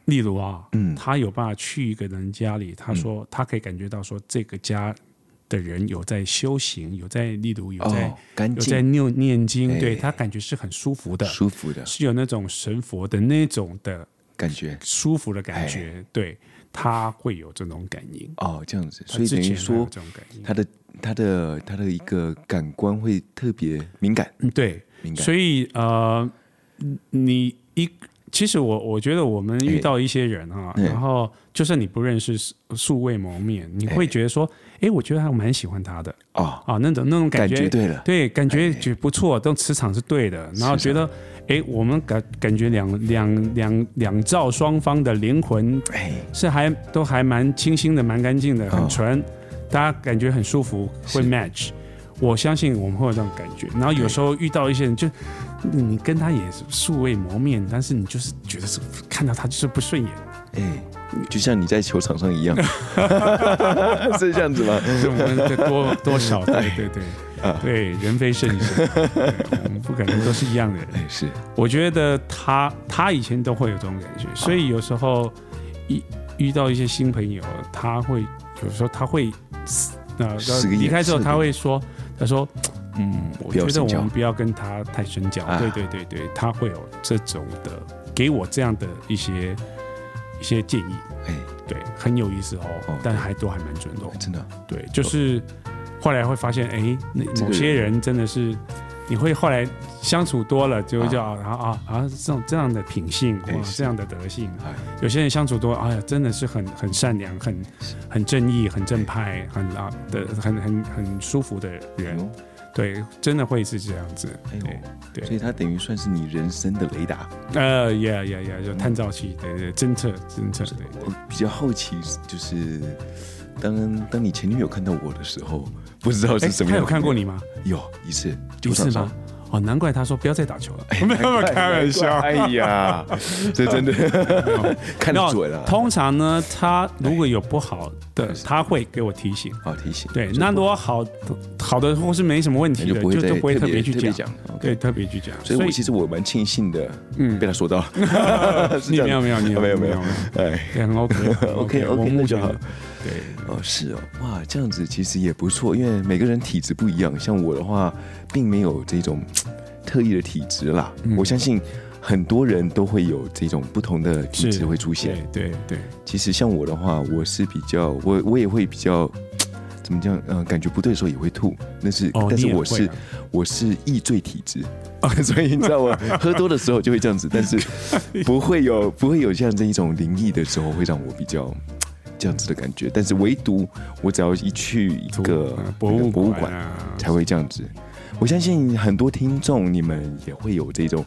Speaker 2: 例如啊，
Speaker 1: 嗯
Speaker 2: 他有办法去一个人家里，他说他可以感觉到说这个家的人有在修行，有在例如有在、
Speaker 1: 哦，干
Speaker 2: 有在
Speaker 1: 净、
Speaker 2: 念念经，
Speaker 1: 哎
Speaker 2: 对他感觉是很舒服的，
Speaker 1: 舒服的
Speaker 2: 是有那种神佛的那种的
Speaker 1: 感觉。
Speaker 2: 舒服的感觉，
Speaker 1: 哎
Speaker 2: 对他会有这种感应，
Speaker 1: 哦，这样子，
Speaker 2: 他
Speaker 1: 所以
Speaker 2: 之
Speaker 1: 等于
Speaker 2: 前啊会有
Speaker 1: 说
Speaker 2: 这种感应，
Speaker 1: 他的他的他的一个感官会特别敏感，
Speaker 2: 嗯对。
Speaker 1: 敏感。
Speaker 2: 所以呃，你一其实我我觉得我们遇到一些人哈、
Speaker 1: 哎
Speaker 2: 然后就算你不认识素素未谋面，你会觉得说，哎、我觉得还蛮喜欢他的
Speaker 1: 哦，
Speaker 2: 啊，那种那种感
Speaker 1: 感
Speaker 2: 觉。
Speaker 1: 觉对了，
Speaker 2: 对，感觉觉不错，都磁场是对的，然后
Speaker 1: 是
Speaker 2: 觉得，哎，我们感感觉两两两两造双方的灵魂
Speaker 1: 哎，
Speaker 2: 是还都还蛮清新的，蛮干净的，
Speaker 1: 哦
Speaker 2: 很纯，大家感觉很舒服，会
Speaker 1: 是
Speaker 2: match。我相信我们会有这种感觉。然后有时候遇到一些人就，你跟他也是素未谋面，但是你就是觉得是看到他就是不顺眼，
Speaker 1: 哎，就像你在球场上一 样，是这样子吗？
Speaker 2: 所以我们就 多多少，对对对
Speaker 1: 啊，
Speaker 2: 对，人非圣贤，对我们不可能都是一样的人。
Speaker 1: 哎，是
Speaker 2: 我觉得他他以前都会有这种感觉，所以有时候一遇到一些新朋友，他会有时候他会呃
Speaker 1: 使个眼
Speaker 2: 离开之后
Speaker 1: 色
Speaker 2: 他
Speaker 1: 给
Speaker 2: 会说，他说嗯，我
Speaker 1: 不要
Speaker 2: 觉
Speaker 1: 深
Speaker 2: 得
Speaker 1: 交
Speaker 2: 我们不要跟他太深交，
Speaker 1: 啊
Speaker 2: 对对对对，他会有这种的给我这样的一些一些建议，
Speaker 1: 哎，
Speaker 2: 对，很有意思哦，
Speaker 1: 哦
Speaker 2: 但还都还蛮准的、哦，
Speaker 1: 真的
Speaker 2: 对，就是后来会发现，哎，那
Speaker 1: 这个
Speaker 2: 某些人真的是，你会后来相处多了，就会叫啊啊啊，这种这样的品性
Speaker 1: 哎
Speaker 2: 哇，
Speaker 1: 是
Speaker 2: 这样的德性，啊
Speaker 1: 哎
Speaker 2: 有些人相处多，哎呀，真的是很很善良、很很正义、很正派、很啊的、很很很舒服的
Speaker 1: 哎
Speaker 2: 人，
Speaker 1: 呦
Speaker 2: 对，真的会是这样子，
Speaker 1: 哎
Speaker 2: 对，
Speaker 1: 呦，所以他等于算是你人生的雷达。
Speaker 2: 呃，呀呀呀，就探照器，对对，侦测侦测，对。
Speaker 1: 我比较好奇，就是当当你前女友看到我的时候，不知道
Speaker 2: 哎
Speaker 1: 是什么
Speaker 2: 他
Speaker 1: 样。
Speaker 2: 有看过？你吗？
Speaker 1: 有一次，
Speaker 2: 一次
Speaker 1: 球场
Speaker 2: 吗
Speaker 1: 上？？哎
Speaker 2: 哦，难怪他说不要再打球了。
Speaker 1: 没有开玩笑，哎呀，这真的看
Speaker 2: 那
Speaker 1: 得准啊了，
Speaker 2: 通常呢，他如果有不好的
Speaker 1: 对，
Speaker 2: 他会给我提醒。
Speaker 1: 好提醒。
Speaker 2: 对，
Speaker 1: 就是
Speaker 2: 那如果好好的或是没什么问
Speaker 1: 那
Speaker 2: 题
Speaker 1: 就
Speaker 2: 的，
Speaker 1: 不会
Speaker 2: 就
Speaker 1: 再
Speaker 2: 都不会
Speaker 1: 特
Speaker 2: 特
Speaker 1: 别
Speaker 2: 别去
Speaker 1: 特别
Speaker 2: 讲，
Speaker 1: 讲。
Speaker 2: 对，
Speaker 1: OK，
Speaker 2: 特别去讲。
Speaker 1: 所以我其实我蛮庆幸的，
Speaker 2: 嗯
Speaker 1: 被他 说到了。是
Speaker 2: 你
Speaker 1: 这
Speaker 2: 没有
Speaker 1: 样
Speaker 2: 没有你
Speaker 1: 没有
Speaker 2: 有
Speaker 1: 没有
Speaker 2: 有，
Speaker 1: 哎，
Speaker 2: 对，很 OK
Speaker 1: OK，
Speaker 2: 我
Speaker 1: OK，
Speaker 2: 目
Speaker 1: 那就
Speaker 2: 前
Speaker 1: 好
Speaker 2: 对，
Speaker 1: 哦，是哦，哇，这样子其实也不错，因为每个人体质不一样。像我的话，并没有这种嘖特异的体质啦。
Speaker 2: 嗯
Speaker 1: 我相信很多人都会有这种不同的体质
Speaker 2: 是
Speaker 1: 会出现。
Speaker 2: 对对对，
Speaker 1: 其实像我的话，我是比较，我我也会比较，嘖怎么讲？嗯、感觉不对的时候也会吐，那是，
Speaker 2: 哦，
Speaker 1: 但
Speaker 2: 你
Speaker 1: 是
Speaker 2: 也
Speaker 1: 我
Speaker 2: 会
Speaker 1: 是
Speaker 2: 啊哦
Speaker 1: 我是易醉体 质。 所以你知道我喝多的时候就会这样子，但是不会有不会有像这一种灵异的时候会让我比较这样子的感觉。但是唯独我只要一去一
Speaker 2: 图
Speaker 1: 个
Speaker 2: 呃
Speaker 1: 那
Speaker 2: 博
Speaker 1: 个
Speaker 2: 物
Speaker 1: 博物
Speaker 2: 馆
Speaker 1: 馆
Speaker 2: 啊，
Speaker 1: 才会这样子。我相信很多听众你们也会有这种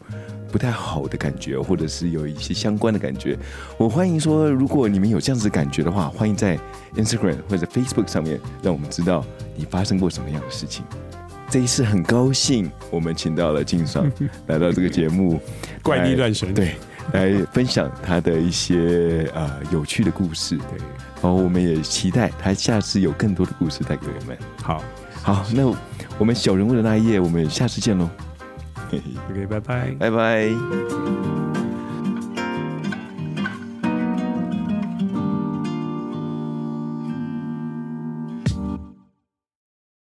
Speaker 1: 不太好的感觉，或者是有一些相关的感觉。我欢迎说，如果你们有这样子的感觉的话，欢迎在 Instagram 或者 Facebook 上面让我们知道你发生过什么样的事情。这一次很高兴，我们请到了静爽来到这个节目，
Speaker 2: 怪力
Speaker 1: 来
Speaker 2: 乱神，
Speaker 1: 对，来分享他的一些呃有趣的故事。
Speaker 2: 对，
Speaker 1: 然后我们也期待他下次有更多的故事带给我们。
Speaker 2: 好
Speaker 1: 好，那我们小人物的那一页，我们下次见喽，
Speaker 2: ，OK，拜拜。
Speaker 1: 拜拜。